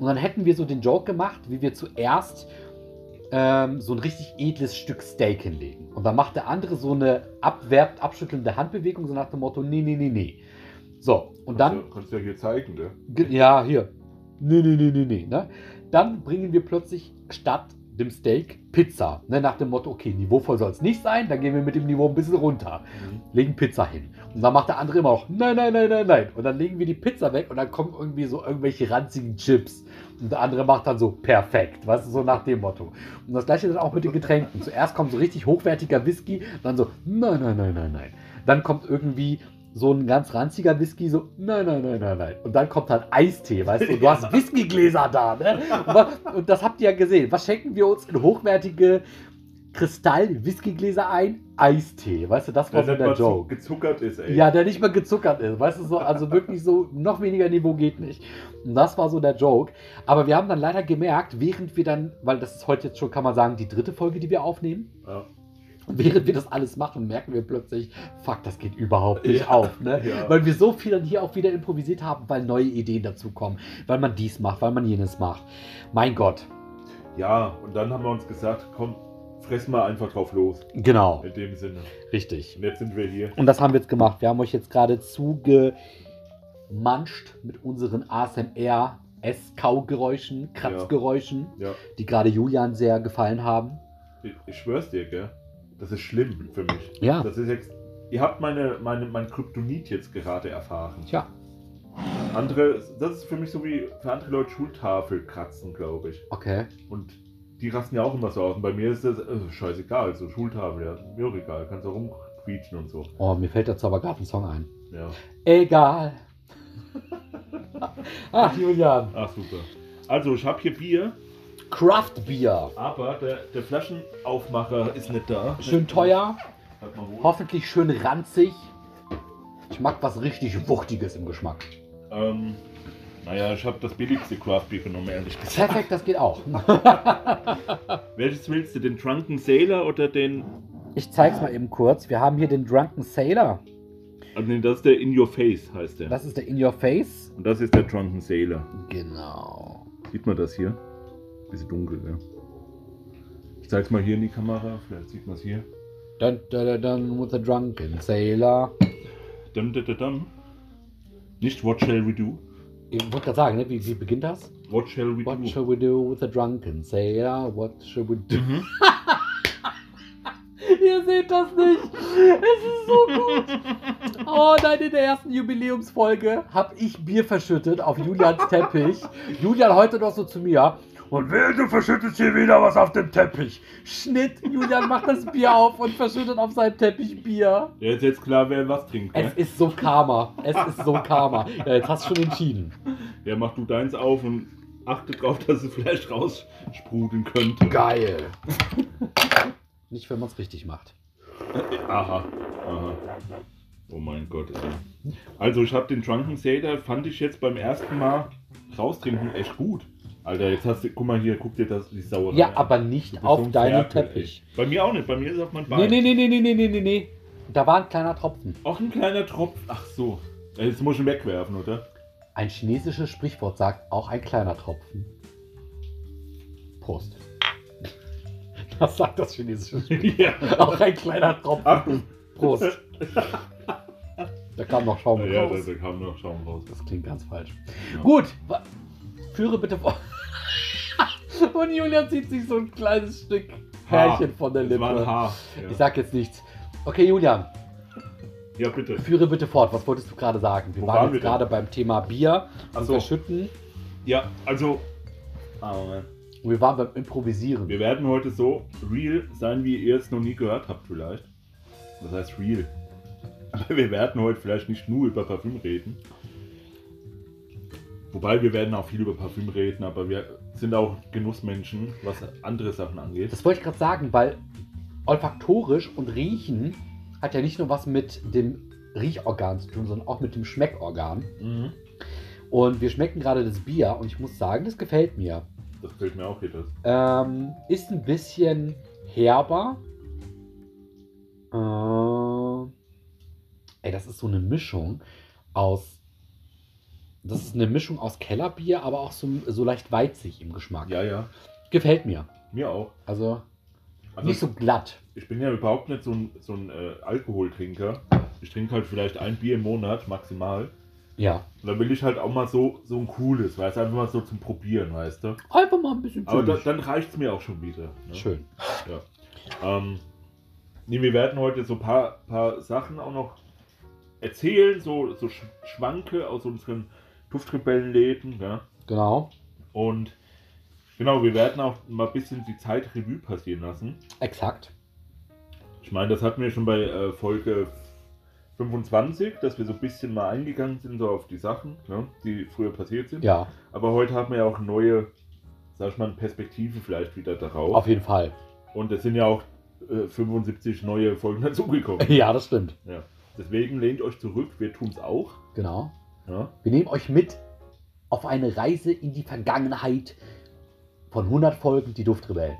E: Und dann hätten wir so den Joke gemacht, wie wir zuerst ähm, so ein richtig edles Stück Steak hinlegen. Und dann macht der andere so eine abwerbt, abschüttelnde Handbewegung, so nach dem Motto, nee, nee, nee, nee. So, und dann
B: Kannst du, kannst du ja hier zeigen, ne?
E: Ge- Ja, hier. Nee, nee, nee, nee, nee. Ne? Dann bringen wir plötzlich statt dem Steak Pizza. Ne? Nach dem Motto, okay, niveauvoll soll es nicht sein, dann gehen wir mit dem Niveau ein bisschen runter. Legen Pizza hin. Und dann macht der andere immer auch, nein, nein, nein, nein, nein. Und dann legen wir die Pizza weg und dann kommen irgendwie so irgendwelche ranzigen Chips. Und der andere macht dann so, perfekt. Weißt du, so nach dem Motto. Und das gleiche dann auch mit den Getränken. Zuerst kommt so richtig hochwertiger Whisky, dann so, nein, nein, nein, nein, nein. Dann kommt irgendwie so ein ganz ranziger Whisky, so, nein, nein, nein, nein, nein. Und dann kommt halt Eistee, weißt du, und du hast Whiskygläser da, ne? Und, wa- und das habt ihr ja gesehen. Was schenken wir uns in hochwertige Kristall-Whiskygläser ein? Eistee, weißt du, das war so
B: nicht
E: der
B: mal zu-
E: Joke.
B: gezuckert ist, ey.
E: Ja, der nicht mal gezuckert ist, weißt du, so, also wirklich so, noch weniger Niveau geht nicht. Und das war so der Joke. Aber wir haben dann leider gemerkt, während wir dann, weil das ist heute jetzt schon, kann man sagen, die dritte Folge, die wir aufnehmen,
B: Ja.
E: Und während wir das alles machen, merken wir plötzlich, fuck, das geht überhaupt nicht
B: Ja.
E: auf. Ne?
B: Ja.
E: Weil wir so viel dann hier auch wieder improvisiert haben, weil neue Ideen dazu kommen, weil man dies macht, weil man jenes macht. Mein Gott,
B: Ja, und dann haben wir uns gesagt, komm, fress mal einfach drauf los.
E: genau,
B: In dem Sinne.
E: richtig.
B: Und jetzt sind wir hier.
E: Und das haben wir jetzt gemacht. Wir haben euch jetzt gerade zugemanscht mit unseren ASMR, Ess-Kau-Geräuschen, Kratzgeräuschen,
B: Ja.
E: die gerade Julian sehr gefallen haben.
B: Ich, ich schwör's dir, gell? Das ist schlimm für mich.
E: Ja,
B: Das ist jetzt. Ihr habt meine, meine, mein Kryptonit jetzt gerade erfahren.
E: tja,
B: Andere, das ist für mich so wie für andere Leute Schultafel kratzen, glaube ich.
E: okay.
B: Und die rasten ja auch immer so aus. Und bei mir ist das äh, scheißegal, so Schultafel, ja, mir auch egal, kannst auch rumquietschen und so.
E: Oh, mir fällt dazu aber gerade ein Song ein.
B: Ja.
E: Egal. Ach, Julian.
B: Ach Ah, super. Also ich habe hier Bier,
E: Craft Beer.
B: aber der, der Flaschenaufmacher ist nicht da.
E: Schön teuer,
B: Halt mal hoch.
E: hoffentlich schön ranzig. Ich mag was richtig Wuchtiges im Geschmack.
B: Ähm, naja, ich habe das billigste Craft Beer genommen, ehrlich gesagt.
E: Perfekt, das geht auch.
B: Welches willst du, den Drunken Sailor oder den...
E: Ich zeig's mal eben kurz. Wir haben hier den Drunken Sailor.
B: Also nee, das ist der In Your Face, heißt der.
E: Das ist der In Your Face.
B: Und das ist der Drunken Sailor.
E: Genau.
B: Sieht man das hier? Bisschen dunkel, ja. Ich zeig's mal hier in die Kamera, vielleicht sieht man es hier.
E: Dun, dun, dun, dun with the Drunken Sailor.
B: Dum, dum, dum, dum. Nicht What Shall We Do?
E: Ich wollte gerade sagen, ne? wie, wie beginnt das?
B: What Shall We
E: What
B: Do?
E: shall we do with the Drunken Sailor? What shall we do?
B: Mhm.
E: Ihr seht das nicht. Es ist so gut. Oh nein, in der ersten Jubiläumsfolge habe ich Bier verschüttet auf Julians Teppich. Julian heute noch so zu mir. Und wer, du verschüttest hier wieder was auf dem Teppich. Schnitt, Julian macht das Bier auf und verschüttet auf seinem Teppich Bier.
B: Ja, ist jetzt klar, wer was trinkt.
E: Es
B: Ne?
E: ist so Karma. Es ist so Karma. Ja, jetzt hast du schon entschieden.
B: Ja, mach du deins auf und achte drauf, dass es vielleicht raussprudeln könnte.
E: Geil. Nicht, wenn man es richtig macht.
B: Aha, aha. Oh mein Gott. Ey. Also ich habe den Drunken Sailor, fand ich jetzt beim ersten Mal raustrinken echt gut. Alter, jetzt hast du, guck mal hier, guck dir das, die Sauerei
E: Ja,
B: an.
E: aber
B: Du
E: nicht
B: bist so
E: auf
B: ein
E: deinem
B: Ferkel, ey.
E: Teppich.
B: Bei mir auch nicht, bei mir ist auf meinem Bein.
E: Nee, nee, nee, nee, nee, nee, nee, nee, nee. Da war ein kleiner Tropfen.
B: Auch ein kleiner Tropfen. Ach so. Ey, Jetzt muss ich ihn wegwerfen, oder?
E: Ein chinesisches Sprichwort sagt, auch ein kleiner Tropfen. Prost. Das sagt das chinesische Sprichwort.
B: ja.
E: Auch ein kleiner Tropfen.
B: Achtung.
E: Prost. Da kam noch Schaum
B: Ja, da,
E: raus.
B: da kam noch Schaum raus.
E: Das klingt ganz falsch.
B: Ja.
E: Gut, wa- führe bitte vor. Und Julia zieht sich so ein kleines Stück
B: Haar.
E: Härchen von der
B: Das war ein
E: Lippe.
B: Haar. Ja.
E: Ich sag jetzt nichts. Okay, Julian,
B: ja, bitte.
E: führe bitte fort. Was wolltest du gerade sagen? Wir
B: Wo
E: waren,
B: waren wir
E: jetzt
B: denn?
E: gerade beim Thema Bier
B: Ach
E: und
B: so.
E: Verschütten.
B: Ja, also. Ah, Moment.
E: Und wir waren beim Improvisieren.
B: Wir werden heute so real sein, wie ihr es noch nie gehört habt, vielleicht. Das heißt real. Aber wir werden heute vielleicht nicht nur über Parfüm reden. Wobei wir werden auch viel über Parfüm reden, aber wir sind auch Genussmenschen, was andere Sachen angeht.
E: Das wollte ich gerade sagen, weil olfaktorisch und riechen hat ja nicht nur was mit dem Riechorgan zu tun, sondern auch mit dem Schmeckorgan.
B: Mhm.
E: Und wir schmecken gerade das Bier und ich muss sagen, das gefällt mir.
B: Das fällt mir auch jedes.
E: Ähm, ist ein bisschen herber. Äh, ey, das ist so eine Mischung aus. Das ist eine Mischung aus Kellerbier, aber auch so, so leicht weizig im Geschmack.
B: Ja, ja.
E: Gefällt mir.
B: Mir auch.
E: Also,
B: Also
E: nicht so glatt.
B: ich bin ja überhaupt nicht so ein, so ein äh, Alkoholtrinker. Ich trinke halt vielleicht ein Bier im Monat maximal.
E: Ja.
B: Und dann will ich halt auch mal so, so ein cooles, weißt du, einfach mal so zum Probieren, weißt du.
E: Einfach mal ein bisschen
B: Aber da,
E: chillig.
B: dann reicht es mir auch schon wieder. Ne?
E: Schön.
B: Ja. Ähm, nee, wir werden heute so ein paar, paar Sachen auch noch erzählen, so, so Sch Schwanke aus unseren Duftrebellenläden. Ja?
E: Genau.
B: Und genau, wir werden auch mal ein bisschen die Zeit Revue passieren lassen.
E: Exakt.
B: Ich meine, das hatten wir schon bei äh, Folge 25, dass wir so ein bisschen mal eingegangen sind so auf die Sachen, ne, die früher passiert sind.
E: Ja,
B: Aber heute haben wir ja auch neue, sag ich mal, Perspektiven vielleicht wieder darauf.
E: auf jeden Fall.
B: Und es sind ja auch äh, 75 neue Folgen dazugekommen.
E: Ja, das stimmt.
B: Deswegen lehnt euch zurück, wir tun's auch.
E: Genau.
B: Ja,
E: Wir nehmen euch mit auf eine Reise in die Vergangenheit von 100 Folgen Die Duftrebellen.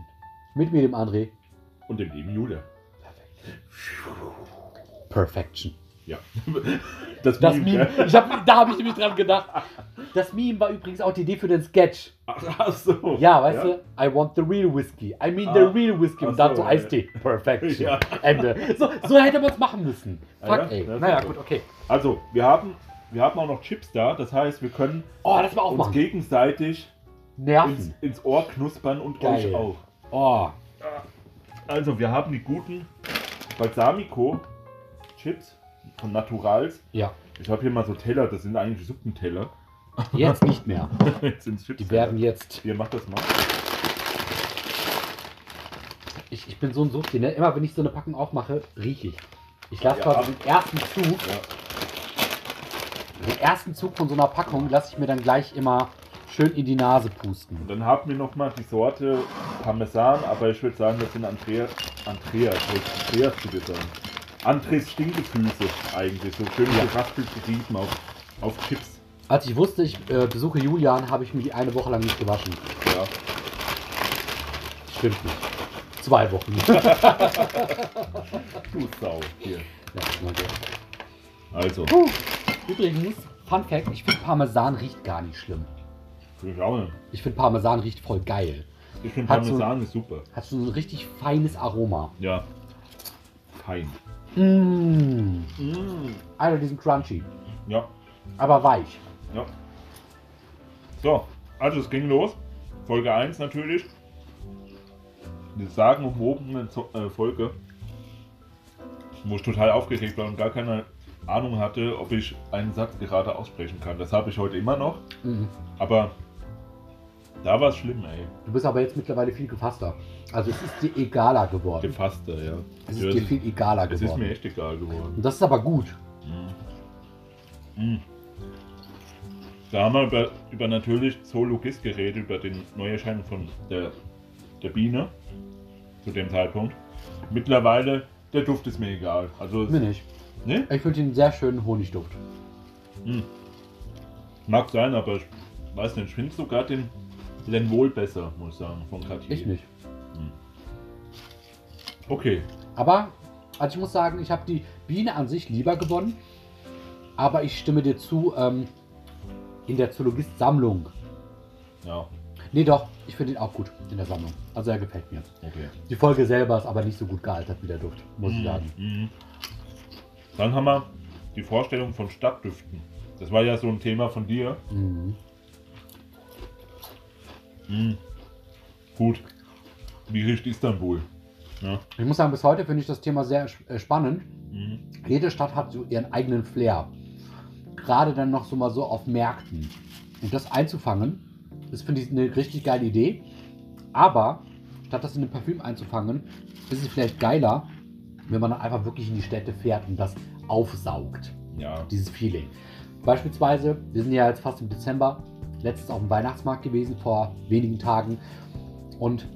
E: Mit mir, dem André.
B: und dem lieben Julia.
E: Perfekt. Perfection.
B: Ja. Das,
E: Das
B: Meme,
E: Meme,
B: gell?
E: ich hab, da habe ich nämlich dran gedacht. Das Meme war übrigens auch die Idee für den Sketch.
B: Ach, ach so.
E: Ja, weißt du, I want the real whiskey. I mean
B: Ah.
E: the real whiskey. Und
B: Ach
E: dann
B: so,
E: so
B: ja.
E: Eistee. Perfection.
B: Ja.
E: Ende. So, so hätte man es machen müssen.
B: Ah,
E: Fuck,
B: ja?
E: ey.
B: Das ist
E: Naja,
B: so.
E: gut, okay.
B: Also, wir haben, wir haben auch noch Chips da. Das heißt, wir können
E: Oh, das war auch
B: uns
E: mal
B: gegenseitig ins,
E: Nerven.
B: ins Ohr knuspern und
E: Geil.
B: euch auch.
E: Oh,
B: Also, wir haben die guten Balsamico-Chips von Naturals.
E: ja.
B: Ich habe hier mal so Teller, das sind eigentlich Suppenteller.
E: Jetzt nicht mehr.
B: Jetzt sind Chips.
E: Die werden jetzt.
B: Hier, mach das mal.
E: Ich, ich bin so ein Suchti, ne? Immer wenn ich so eine Packung aufmache, riech ich. Ich lasse
B: Ja.
E: quasi den ersten Zug,
B: Ja.
E: den ersten Zug von so einer Packung lasse ich mir dann gleich immer schön in die Nase
B: Und
E: pusten.
B: dann haben wir nochmal die Sorte Parmesan, aber ich würde sagen, das sind Andreas. Andreas, ich wollte Andreas zu dir sagen. Andres Stinkefüße eigentlich, so schön
E: Ja.
B: geraspelte Rieben auf, auf Chips.
E: Als ich wusste, ich äh, besuche Julian, habe ich mich eine Woche lang nicht gewaschen.
B: Ja.
E: Stimmt nicht. Zwei Wochen.
B: Du Sau. Hier.
E: Ja, na gut.
B: Also,
E: Puh. Übrigens, Fun Fact, ich finde Parmesan riecht gar nicht schlimm.
B: wir schauen.
E: Ich finde Parmesan riecht voll geil.
B: Ich finde
E: Hat so-
B: Parmesan ist super.
E: Hat so ein richtig feines Aroma.
B: Ja. Fein.
E: Mmh. Alter, die sind crunchy,
B: Ja.
E: aber weich.
B: Ja. So, also es ging los. Folge 1 natürlich. Eine sagenumwobene Zo- äh, Folge, wo ich total aufgeregt war und gar keine Ahnung hatte, ob ich einen Satz gerade aussprechen kann. Das habe ich heute immer noch,
E: Mhm.
B: aber da war es schlimm, ey.
E: Du bist aber jetzt mittlerweile viel gefasster. Also es ist dir egaler geworden.
B: Gefasster, ja.
E: Es
B: Ja,
E: ist dir viel egaler
B: es ist mir
E: geworden.
B: echt egal geworden.
E: Und das ist aber gut.
B: Mm. Da haben wir über, über natürlich Zoologist geredet, über den Neuerscheinung von der, der Biene zu dem Zeitpunkt. Mittlerweile, der Duft ist mir egal. Also,
E: Mir nicht.
B: ne?
E: Ich finde den sehr schönen Honigduft.
B: Mag sein, aber ich weiß nicht, ich finde sogar den Lenwohl besser, muss ich sagen, von Cartier.
E: Ich nicht.
B: Okay,
E: Aber, also ich muss sagen, ich habe die Biene an sich lieber gewonnen. Aber ich stimme dir zu, ähm, in der Zoologist-Sammlung.
B: ja,
E: Nee, doch, ich finde ihn auch gut in der Sammlung. Also er gefällt mir.
B: okay.
E: Die Folge selber ist aber nicht so gut gealtert wie der Duft, muss ich sagen.
B: Mhm. Dann haben wir die Vorstellung von Stadtdüften. Das war ja so ein Thema von dir.
E: Mhm.
B: Mhm. Gut. Wie riecht Istanbul? Ja.
E: Ich muss sagen, bis heute finde ich das Thema sehr äh, spannend.
B: Mhm.
E: Jede Stadt hat so ihren eigenen Flair. Gerade dann noch so mal so auf Märkten. Und das einzufangen, das finde ich eine richtig geile Idee. Aber statt das in einem Parfüm einzufangen, ist es vielleicht geiler, wenn man dann einfach wirklich in die Städte fährt und das aufsaugt.
B: Ja.
E: dieses Feeling. Beispielsweise, wir sind ja jetzt fast im Dezember, letztens auf dem Weihnachtsmarkt gewesen vor wenigen Tagen und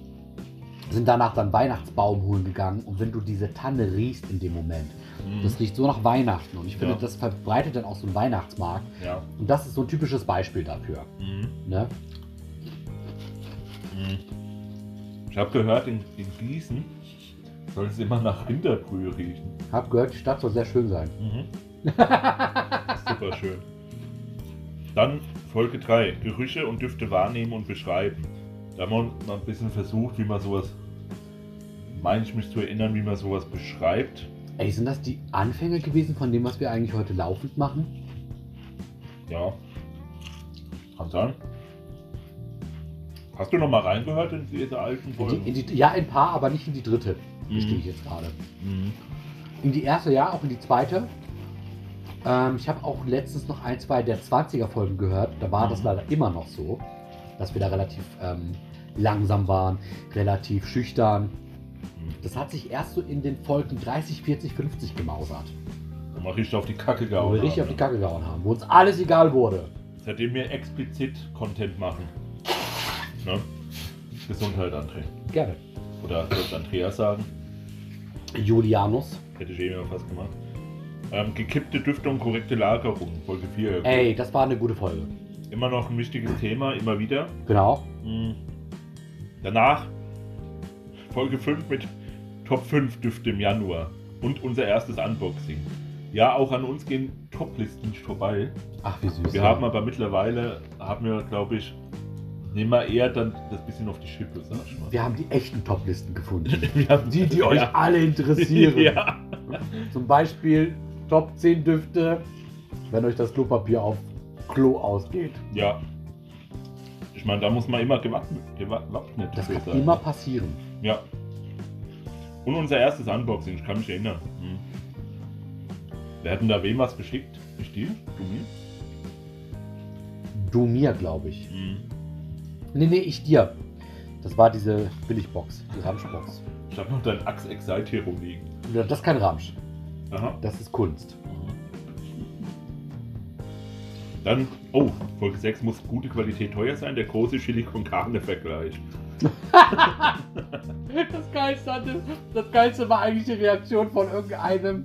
E: sind danach dann Weihnachtsbaum holen gegangen und wenn du diese Tanne riechst in dem Moment,
B: Mhm.
E: das riecht so nach Weihnachten und ich finde,
B: Ja.
E: das verbreitet dann auch so einen Weihnachtsmarkt
B: Ja.
E: und das ist so ein typisches Beispiel dafür.
B: Mhm.
E: Ne?
B: Ich habe gehört, in, in Gießen soll es immer nach Rinderbrühe riechen.
E: Hab gehört, die Stadt soll sehr schön sein.
B: Mhm. Super schön. Dann Folge 3. Gerüche und Düfte wahrnehmen und beschreiben. Da haben wir uns mal ein bisschen versucht, wie man sowas, meine ich mich zu erinnern, wie man sowas beschreibt.
E: Ey, sind das die Anfänge gewesen von dem, was wir eigentlich heute laufend machen?
B: Ja. Kann sein. Hast du noch mal reingehört in diese alten
E: In die,
B: Folgen?
E: in die, ja, ein paar, aber nicht in die dritte,
B: Mhm.
E: verstehe ich jetzt gerade.
B: mhm.
E: In die erste, ja, auch in die zweite. Ähm, ich habe auch letztens noch ein, zwei der 20er-Folgen gehört. Da war das
B: Mhm.
E: leider immer noch so, dass wir da relativ ähm, langsam waren, relativ schüchtern. Das hat sich erst so in den Folgen 30, 40, 50 gemausert,
B: Wo man richtig auf die Kacke
E: wo
B: gehauen
E: wir richtig
B: haben,
E: auf die
B: ja.
E: Kacke gehauen haben, wo uns alles egal wurde.
B: Seitdem wir explizit Content machen. Ne? Gesundheit, André.
E: Gerne.
B: Oder soll ich Andreas sagen?
E: Julianus.
B: Hätte ich eh immer fast gemacht. Ähm, gekippte Düfte und korrekte Lagerung. Folge 4.
E: Ey, das war eine gute Folge.
B: Immer noch ein wichtiges Thema, immer wieder. Hm.
E: Genau.
B: Mhm. Danach Folge 5 mit Top 5 Düfte im Januar und unser erstes Unboxing. Ja, auch an uns gehen Toplisten nicht vorbei.
E: Ach, wie süß. ne?
B: Wir haben aber mittlerweile, haben wir, glaube ich, nehmen wir eher dann das bisschen auf die Schippe, sag ich mal.
E: wir haben die echten Toplisten gefunden.
B: Wir haben
E: Die, die euch alle interessieren.
B: Ja.
E: Zum Beispiel Top 10 Düfte, wenn euch das Klopapier auf Klo ausgeht.
B: ja. Ich meine, da muss man immer gewappnet, gewappnet
E: Das
B: dafür
E: kann immer passieren.
B: Ja. Und unser erstes Unboxing, ich kann mich erinnern. Hm. Wir hatten da wem was geschickt? Nicht dir? Du mir?
E: Du mir, glaube ich.
B: Hm.
E: Nee, nee, ich dir. Das war diese Billigbox, die Ramschbox.
B: Ich habe noch dein Axe Excite hier rumliegen.
E: Ja, Das ist kein Ramsch,
B: Aha.
E: das ist Kunst.
B: Dann, oh, Folge 6 muss gute Qualität teuer sein, der große Chili con Carne Vergleich.
E: Das Geilste, hatte, das Geilste war eigentlich die Reaktion von irgendeinem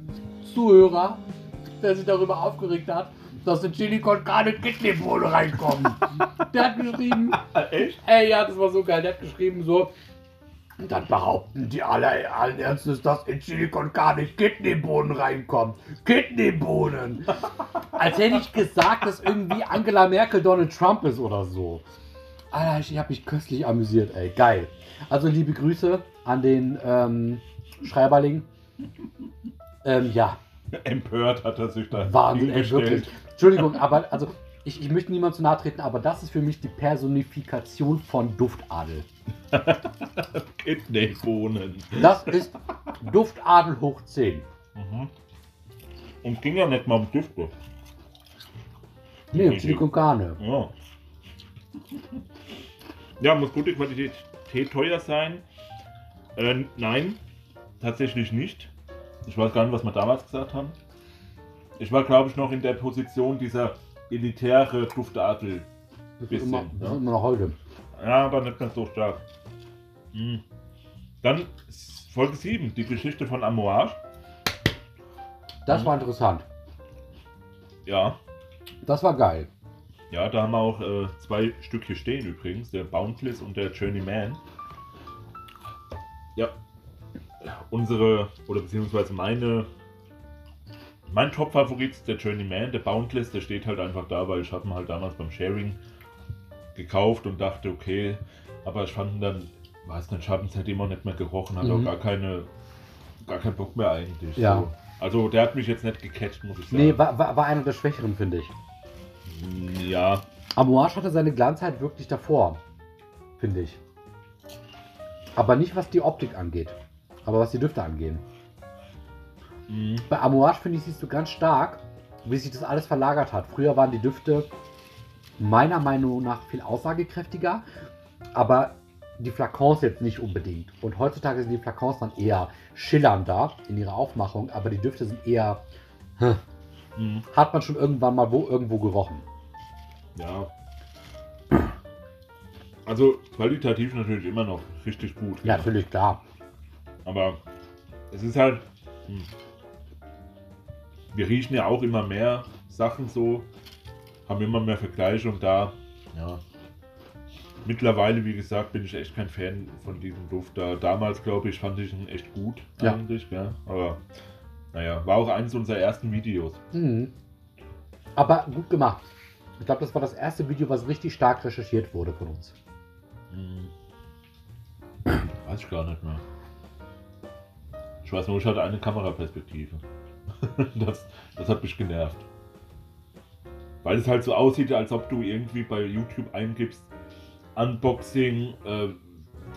E: Zuhörer, der sich darüber aufgeregt hat, dass in Chili Con Carne Kidney wohl reinkommen. Der hat geschrieben,
B: Ah, echt?
E: Ey, ja, das war so geil. Der hat geschrieben so. Und dann behaupten die alle allen Ernstes, dass in Chili con Carne Kidneybohnen reinkommen. Kidneybohnen! Als hätte ich gesagt, dass irgendwie Angela Merkel Donald Trump ist oder so. Alter, ich, ich habe mich köstlich amüsiert, ey. Geil. Also liebe Grüße an den ähm, Schreiberling. Ähm, ja,
B: Empört hat er sich da
E: Wahnsinn, ey,
B: hingestellt.
E: wirklich. Entschuldigung, aber also ich, ich möchte niemand zu nahe treten, aber das ist für mich die Personifikation von Duftadel.
B: Kidneybohnen.
E: Das ist Duftadel hoch 10.
B: Mhm. Und es ging ja nicht mal um Düfte.
E: Nee, um Chili con Carne.
B: Ja. Ja, muss gute Qualität Tee teuer sein? Äh, nein, tatsächlich nicht. Ich weiß gar nicht, was wir damals gesagt haben. Ich war, glaube ich, noch in der Position dieser elitäre Duftadel.
E: Das ist
B: Bisschen,
E: immer, das
B: ja.
E: ist immer noch heute.
B: Ja, aber nicht ganz so stark. Hm. Dann s- Folge 7, die Geschichte von Amouage.
E: Das
B: Mhm.
E: war interessant.
B: Ja,
E: Das war geil.
B: Ja, da haben wir auch äh, zwei Stück hier stehen übrigens, der Boundless und der Journeyman. Ja, unsere oder beziehungsweise meine mein Top-Favorit ist der Journeyman, der Boundless, der steht halt einfach da, weil ich habe ihn halt damals beim Sharing gekauft und dachte, okay, aber ich fand ihn dann, weiß nicht, ich habe ihn seitdem auch nicht mehr gerochen, hatte
E: Mhm.
B: auch gar keine, gar keinen Bock mehr eigentlich.
E: Ja.
B: So. Also der hat mich jetzt nicht gecatcht, muss ich sagen. Mm,
E: Nee, war, war, war einer der Schwächeren, finde ich.
B: ja,
E: Amouage hatte seine Glanzheit wirklich davor. Finde ich. Aber nicht, was die Optik angeht. Aber was die Düfte angehen.
B: mh,
E: Bei Amouage, finde ich, siehst du ganz stark, wie sich das alles verlagert hat. Früher waren die Düfte meiner Meinung nach viel aussagekräftiger, aber die Flakons jetzt nicht unbedingt. Und heutzutage sind die Flakons dann eher schillernder in ihrer Aufmachung, aber die Düfte sind eher,
B: mh.
E: hat man schon irgendwann mal wo irgendwo gerochen.
B: Ja. Also qualitativ natürlich immer noch richtig gut.
E: Ja, natürlich, klar.
B: Aber es ist halt. Hm. Wir riechen ja auch immer mehr Sachen so, haben immer mehr Vergleiche und da, ja. Mittlerweile, wie gesagt, bin ich echt kein Fan von diesem Duft. Da damals, glaube ich, fand ich ihn echt gut
E: Ja.
B: eigentlich, ja. Aber naja, war auch eines unserer ersten Videos.
E: Mhm. Aber gut gemacht. Ich glaube, das war das erste Video, was richtig stark recherchiert wurde von uns.
B: Hm. Weiß ich gar nicht mehr. Ich weiß nur, ich hatte eine Kameraperspektive. Das, das hat mich genervt. Weil es halt so aussieht, als ob du irgendwie bei YouTube eingibst, Unboxing, äh,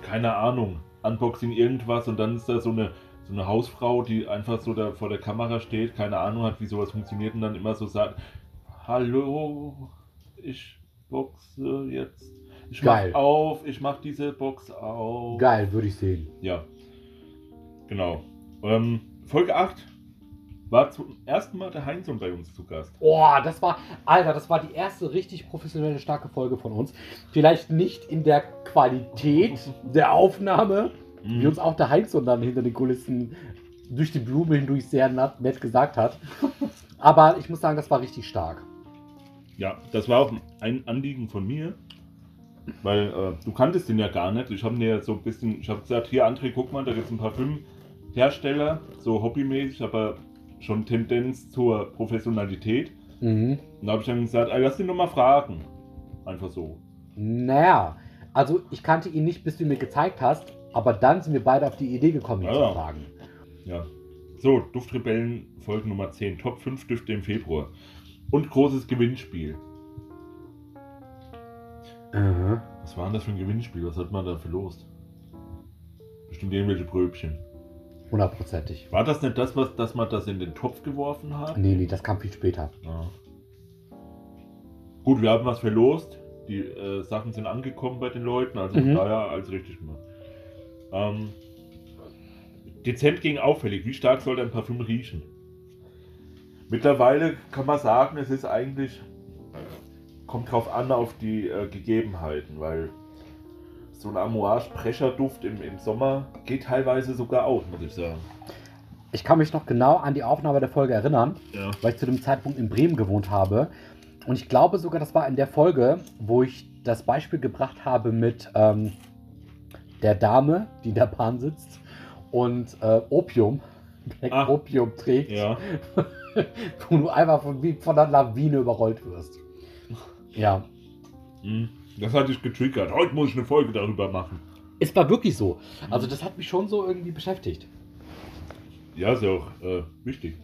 B: keine Ahnung, Unboxing irgendwas und dann ist da so eine, so eine Hausfrau, die einfach so da vor der Kamera steht, keine Ahnung hat, wie sowas funktioniert und dann immer so sagt, hallo, ich boxe jetzt. Ich
E: Geil.
B: mach auf, ich mach diese Box auf.
E: Geil, würde ich sehen.
B: Ja. Genau. Ähm, Folge 8 war zum ersten Mal der Heinzon bei uns zu Gast.
E: Boah, das war, Alter, das war die erste richtig professionelle, starke Folge von uns. Vielleicht nicht in der Qualität der Aufnahme,
B: Mhm.
E: wie uns auch der Heinz und dann hinter den Kulissen durch die Blume hindurch sehr nat- nett gesagt hat. Aber ich muss sagen, das war richtig stark.
B: Ja, das war auch ein Anliegen von mir. Weil äh, du kanntest den ja gar nicht. Ich habe dir ja so ein bisschen, ich habe gesagt, hier André, guck mal, da gibt es ein Parfüm, Hersteller, so hobbymäßig, aber schon Tendenz zur Professionalität.
E: Mhm.
B: Und da habe ich dann gesagt, ah, lass ihn doch mal fragen. Einfach so.
E: Naja, also ich kannte ihn nicht, bis du mir gezeigt hast, aber dann sind wir beide auf die Idee gekommen, ihn
B: Ja.
E: zu fragen.
B: Ja. So, Duftrebellen Folge Nummer 10, Top 5 Düfte im Februar. Und großes Gewinnspiel. Was war denn das für ein Gewinnspiel? Was hat man da verlost? Bestimmt irgendwelche Pröbchen.
E: Hundertprozentig.
B: War das nicht das, was, dass man das in den Topf geworfen hat?
E: Nee, nee, das kam viel später.
B: Ja. Gut, wir haben was verlost. Die äh, Sachen sind angekommen bei den Leuten, also
E: Mhm.
B: von daher alles richtig gemacht. Ähm, dezent gegen auffällig. Wie stark soll dein Parfüm riechen? Mittlerweile kann man sagen, es ist eigentlich. Kommt drauf an auf die äh, Gegebenheiten, weil so ein Amouage-Prescherduft im, im Sommer geht teilweise sogar auf, muss ich sagen.
E: Ich kann mich noch genau an die Aufnahme der Folge erinnern,
B: Ja.
E: weil ich zu dem Zeitpunkt in Bremen gewohnt habe. Und ich glaube sogar, das war in der Folge, wo ich das Beispiel gebracht habe mit ähm, der Dame, die in der Bahn sitzt und äh, Opium, Black
B: Ah.
E: Opium trägt,
B: Ja.
E: wo du einfach von, wie von einer Lawine überrollt wirst. Ja,
B: Mhm. Das hat dich getriggert. Heute muss ich eine Folge darüber machen.
E: es war wirklich so. Also das hat mich schon so irgendwie beschäftigt.
B: Ja, ist ja auch äh, wichtig.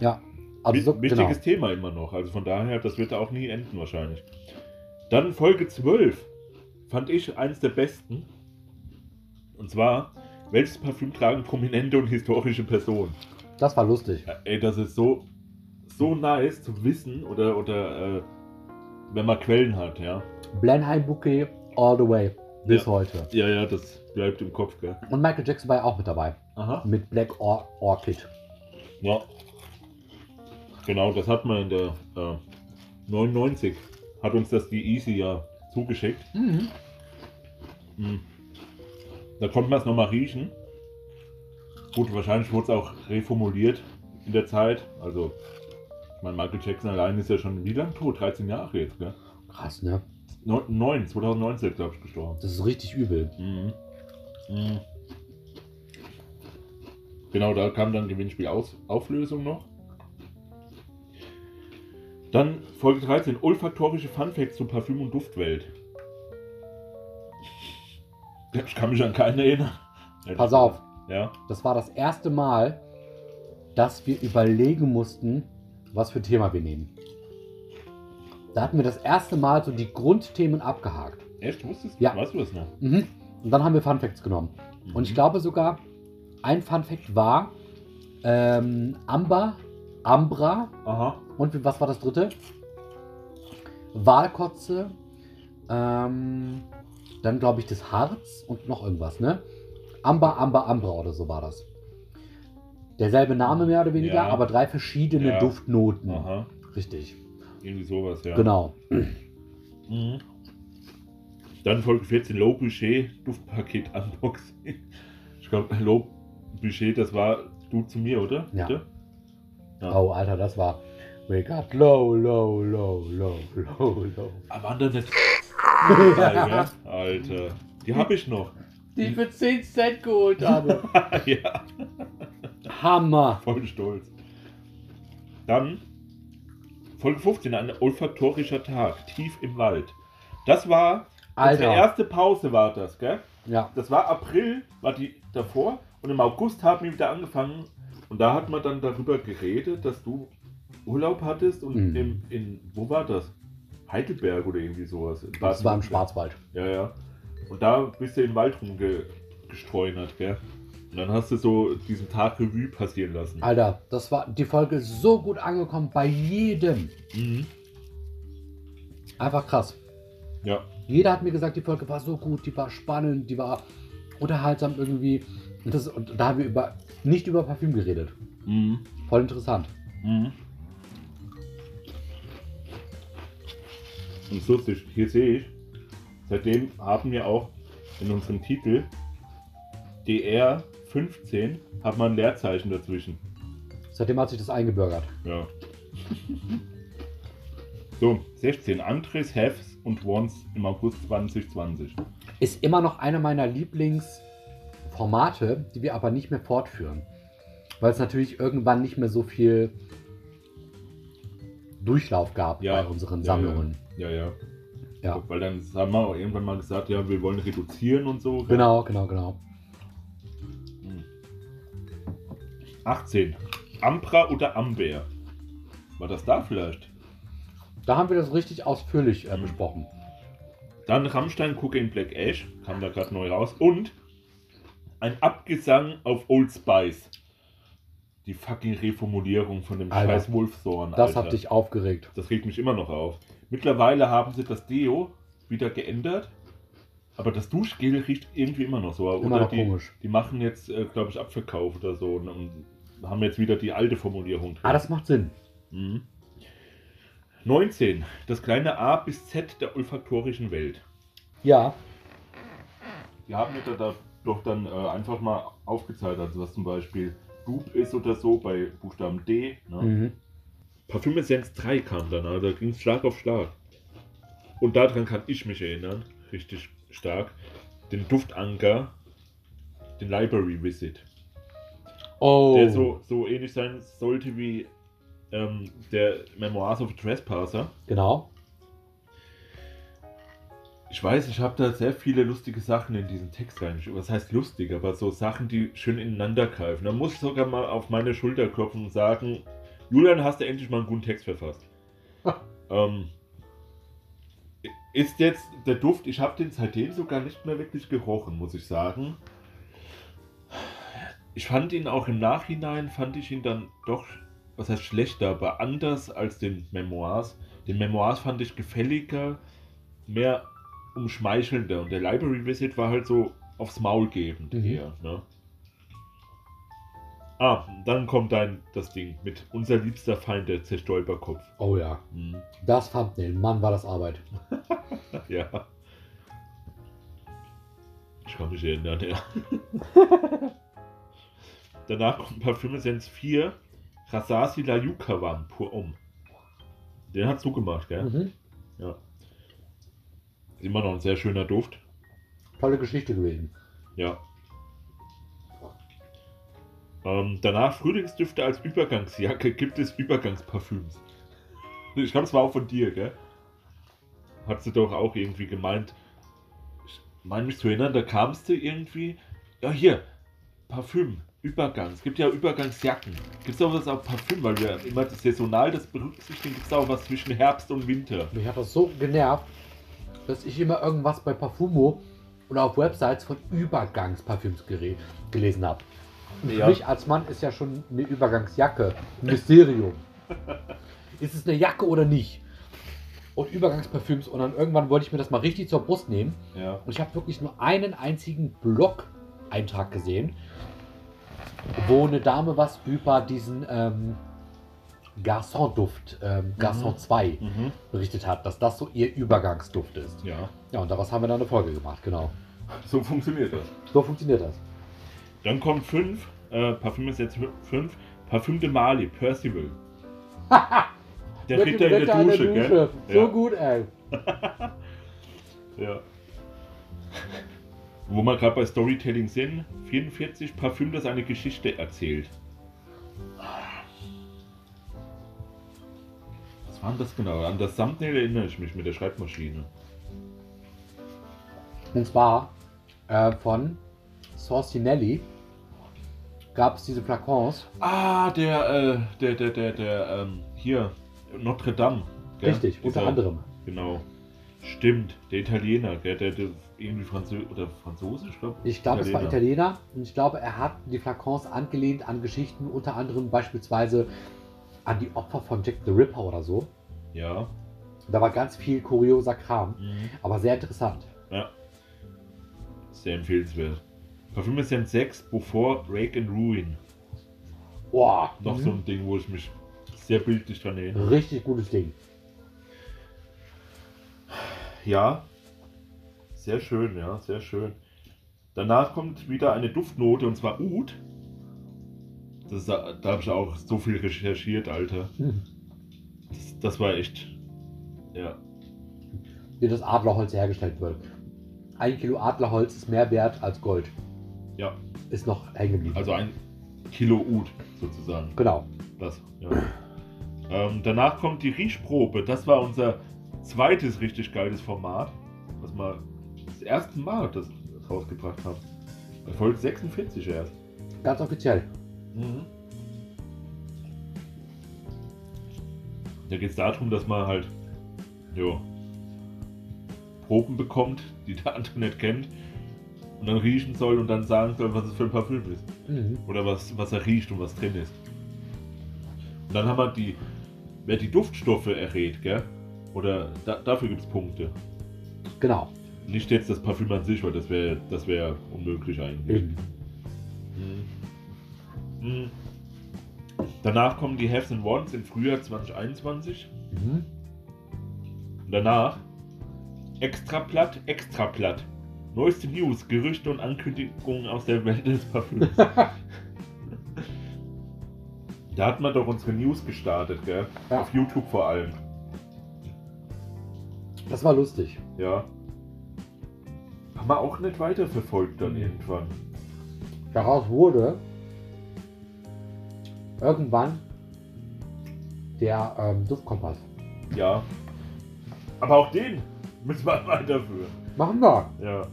E: Ja, also
B: Wi-
E: so, genau.
B: Wichtiges Thema immer noch. Also von daher, das wird auch nie enden wahrscheinlich. Dann Folge 12. Fand ich eins der besten. Und zwar, welches Parfüm tragen prominente und historische Personen?
E: Das war lustig.
B: Ja, Ey, das ist so, so nice zu wissen oder, oder äh, wenn man Quellen hat, ja.
E: Blenheim Bouquet all the way bis
B: Ja.
E: heute.
B: Ja, ja, das bleibt im Kopf, gell?
E: Und Michael Jackson war ja auch mit dabei.
B: Aha.
E: Mit Black Or Orchid.
B: Ja. Genau, das hat man in der äh, 99. Hat uns das die Easy ja zugeschickt. Mhm. Da konnte man es nochmal riechen. Gut, wahrscheinlich wurde es auch reformuliert in der Zeit. Also, ich meine, Michael Jackson allein ist ja schon wie lange tot? 13 Jahre jetzt, gell?
E: Krass, ne?
B: Neun- neun, 2019, glaube ich, gestorben.
E: Das ist richtig übel.
B: Mhm. Mhm. Genau, da kam dann Gewinnspiel aus Auflösung noch. Dann Folge 13, olfaktorische Funfacts zur Parfüm- und Duftwelt. Ja, Ich kann mich an keine erinnern. Ja, das-
E: Pass auf,
B: Ja,
E: das war das erste Mal, dass wir überlegen mussten, was für Thema wir nehmen. Da hatten wir das erste Mal so die Grundthemen abgehakt.
B: echt? Wusstest du?
E: Ja.
B: Weißt du das noch? Mhm.
E: Mhm. Und dann haben wir Fun Facts genommen. Und ich glaube sogar, ein Fun Fact war ähm, Amber, Ambra
B: Aha.
E: und wie- was war das dritte? Walkotze, ähm, dann glaube ich das Harz und noch irgendwas, ne? Amber, Amber, Ambra oder so war das. Derselbe Name mehr oder weniger,
B: Ja.
E: aber drei verschiedene
B: Ja.
E: Duftnoten.
B: Aha.
E: Richtig,
B: Irgendwie sowas, ja.
E: Mhm. genau.
B: Mhm. Dann Folge 14, Low Boucher Duftpaket Unboxing. Ich glaube, Low Boucher, das war du zu mir, oder?
E: Ja.
B: Bitte? Ja.
E: Oh, Alter, das war We got low, low, low, low, low, low.
B: Ah, waren das nicht. Alter, Alter. Die habe ich noch.
E: Die ich für 10 Cent geholt habe.
B: ja,
E: Hammer.
B: voll stolz. Dann Folge 15, ein olfaktorischer Tag, tief im Wald. Das war. Unsere
E: Alter.
B: erste Pause war das, gell?
E: Ja,
B: Das war April, war die davor. Und im August haben wir wieder angefangen. Und da hat man dann darüber geredet, dass du Urlaub hattest und
E: Mhm.
B: im, in, wo war das? Heidelberg oder irgendwie sowas. In
E: das war im
B: Baden-Württemberg.
E: Schwarzwald.
B: Ja, ja. Und da bist du im Wald rumgestreunert, gell? Und dann hast du so diesen Tag Revue passieren lassen.
E: Alter, das war die Folge ist so gut angekommen bei jedem.
B: Mhm.
E: Einfach krass.
B: Ja.
E: Jeder hat mir gesagt, die Folge war so gut, die war spannend, die war unterhaltsam irgendwie. Und, das, und da haben wir über, nicht über Parfüm geredet.
B: Mhm.
E: Voll interessant.
B: Mhm. Und es ist lustig, hier sehe ich, seitdem haben wir auch in unserem Titel DR 15 hat man ein Leerzeichen dazwischen.
E: Seitdem hat sich das eingebürgert.
B: Ja. So, 16. Andres, Haves und Wants im August 2020.
E: Ist immer noch eine meiner Lieblingsfolgen Formate, die wir aber nicht mehr fortführen. Weil es natürlich irgendwann nicht mehr so viel Durchlauf gab
B: Ja.
E: bei unseren
B: Ja,
E: Sammlungen.
B: Ja, ja.
E: Ja.
B: Weil dann haben wir auch irgendwann mal gesagt, ja, wir wollen reduzieren und so.
E: Genau, genau, genau.
B: 18. Ampra oder Amber? War das da vielleicht?
E: Da haben wir das richtig ausführlich äh,
B: Mhm.
E: besprochen.
B: Dann Rammstein Cocaine Black Ash, kam da gerade neu raus. Und ein Abgesang auf Old Spice. Die fucking Reformulierung von dem
E: Alter,
B: scheiß Wolfsorn.
E: Das
B: Alter.
E: hat dich aufgeregt.
B: Das regt mich immer noch auf. Mittlerweile haben sie das Deo wieder geändert. Aber das Duschgel riecht irgendwie immer noch so.
E: Immer
B: Oder
E: noch
B: die,
E: komisch.
B: Die machen jetzt, äh, glaube ich, Abverkauf oder so und, und haben jetzt wieder die alte Formulierung drin.
E: Ah, das macht Sinn.
B: Mhm. 19. Das kleine A bis Z der olfaktorischen Welt.
E: Ja,
B: Die haben mir da, da doch dann äh, einfach mal aufgezeigt, also was zum Beispiel Dub ist oder so bei Buchstaben D. Ne?
E: mhm.
B: Parfümessenz 3 kam dann, also ging es Schlag auf Schlag. Und daran kann ich mich erinnern, richtig stark. Den Duftanker, den Library Visit.
E: Oh,
B: Der so, so ähnlich sein sollte wie ähm, der Memoirs of a Trespasser.
E: genau.
B: Ich weiß, ich habe da sehr viele lustige Sachen in diesen Text rein. Was heißt lustig, aber so Sachen, die schön ineinander greifen. Da muss ich sogar mal auf meine Schulter klopfen und sagen, Julian, hast du endlich mal einen guten Text verfasst. ähm, ist jetzt der Duft, ich habe den seitdem sogar nicht mehr wirklich gerochen, muss ich sagen. Ich fand ihn auch im Nachhinein, fand ich ihn dann doch, was heißt schlechter, aber anders als den Memoirs. Den Memoirs fand ich gefälliger, mehr umschmeichelnder und der Library Visit war halt so aufs Maul gebend
E: Mhm.
B: eher. Ne? Ah, dann kommt dann das Ding mit unser liebster Feind, der Zerstäuberkopf.
E: Oh ja.
B: Mhm.
E: Das Thumbnail. Mann, war das Arbeit.
B: Ja. Ich kann mich erinnern, ja. Danach kommt Parfümessenz 4, Rasasi La Yukawan, pur um. Den hast du gemacht, gell?
E: Mhm.
B: Ja. Ist immer noch ein sehr schöner Duft.
E: Tolle Geschichte gewesen.
B: Ja. Ähm, danach Frühlingsdüfte als Übergangsjacke gibt es Übergangsparfüms. Ich glaube, es war auch von dir, gell? Hat sie doch auch irgendwie gemeint. Ich meine mich zu erinnern, da kamst du irgendwie. Ja, hier, Parfüm, Übergang. Es gibt ja Übergangsjacken. Gibt es auch was auf Parfüm, weil wir immer das saisonal das berücksichtigen, gibt es auch was zwischen Herbst und Winter.
E: Mich hat das so genervt, dass ich immer irgendwas bei Parfumo oder auf Websites von Übergangsparfüms gere- gelesen habe. Und
B: Ja.
E: Für mich als Mann ist ja schon eine Übergangsjacke ein Mysterium. ist es eine Jacke oder nicht? Und Übergangsparfüms und dann irgendwann wollte ich mir das mal richtig zur Brust nehmen
B: Ja.
E: und ich habe wirklich nur einen einzigen Blog-Eintrag gesehen, wo eine Dame was über diesen ähm, Garçon-Duft, ähm, Garçon 2,
B: Mhm.
E: berichtet hat, dass das so ihr Übergangsduft ist.
B: Ja.
E: Ja, und daraus haben wir dann eine Folge gemacht, genau.
B: So funktioniert das.
E: So funktioniert das.
B: Dann kommt 5, äh, Parfüm ist jetzt 5, Parfüm de Mali, Percival. der
E: Mit dem
B: Ritter in
E: Wetter
B: der Dusche, gell?
E: So
B: Ja,
E: gut, ey.
B: ja. Wo wir gerade bei Storytelling sind, 44, Parfüm, das eine Geschichte erzählt. Was war denn das genau? An das Thumbnail erinnere ich mich mit der Schreibmaschine.
E: Und zwar äh, von Sorcinelli gab es diese Flakons.
B: Ah, der, äh, der, der, der, der, ähm, hier, Notre Dame. gell?
E: Richtig, unter
B: Dieser-
E: anderem.
B: Genau. Stimmt, der Italiener, gell, der, der irgendwie Franzö oder Französisch, glaub
E: Ich glaube, es war
B: Italiener.
E: Italiener und ich glaube, er hat die Flakons angelehnt an Geschichten, unter anderem beispielsweise an die Opfer von Jack the Ripper oder so.
B: Ja.
E: Da war ganz viel kurioser Kram,
B: Mhm.
E: aber sehr interessant.
B: Sehr empfehlenswert. Parfüm ist ja 6, Before Rake and Ruin.
E: Boah, mhm.
B: Noch so ein Ding, wo ich mich sehr bildlich dran erinnere.
E: richtig gutes Ding.
B: Ja. Sehr schön, ja, sehr schön. Danach kommt wieder eine Duftnote und zwar Oud. Das ist, da habe ich auch so viel recherchiert, Alter.
E: Hm.
B: Das, das war echt. Ja.
E: wie das Adlerholz hergestellt wird. Ein Kilo Adlerholz ist mehr wert als Gold.
B: Ja,
E: ist noch hängen geblieben.
B: also ein Kilo Ud sozusagen.
E: genau.
B: Das, ja. ähm, danach kommt die Riechprobe. Das war unser zweites richtig geiles Format, was wir das erste Mal das rausgebracht haben. Bei Folge 46 erst. Mhm.
E: Ganz offiziell.
B: Da geht es darum, dass man halt jo, Proben bekommt, die der andere nicht kennt. Und dann riechen soll und dann sagen soll, was es für ein Parfüm ist.
E: Mhm.
B: Oder was, was er riecht und was drin ist. Und dann haben wir die, wer die Duftstoffe errät, gell? Oder da, dafür gibt es Punkte.
E: Genau.
B: Nicht jetzt das Parfüm an sich, weil das wäre das wär unmöglich eigentlich.
E: Eben.
B: Mhm. Danach kommen die Haves and Wants im Frühjahr 2021.
E: Mhm.
B: Und danach extra platt, extra platt. Neueste News, Gerüchte und Ankündigungen aus der Welt des Parfüms. da hat man doch unsere News gestartet, gell?
E: Ja.
B: Auf YouTube vor allem.
E: Das war lustig.
B: Ja. Haben wir auch nicht weiterverfolgt dann irgendwann.
E: Daraus wurde irgendwann der ähm, Duftkompass.
B: Ja. Aber auch den müssen wir weiterführen.
E: Machen wir.
B: Ja.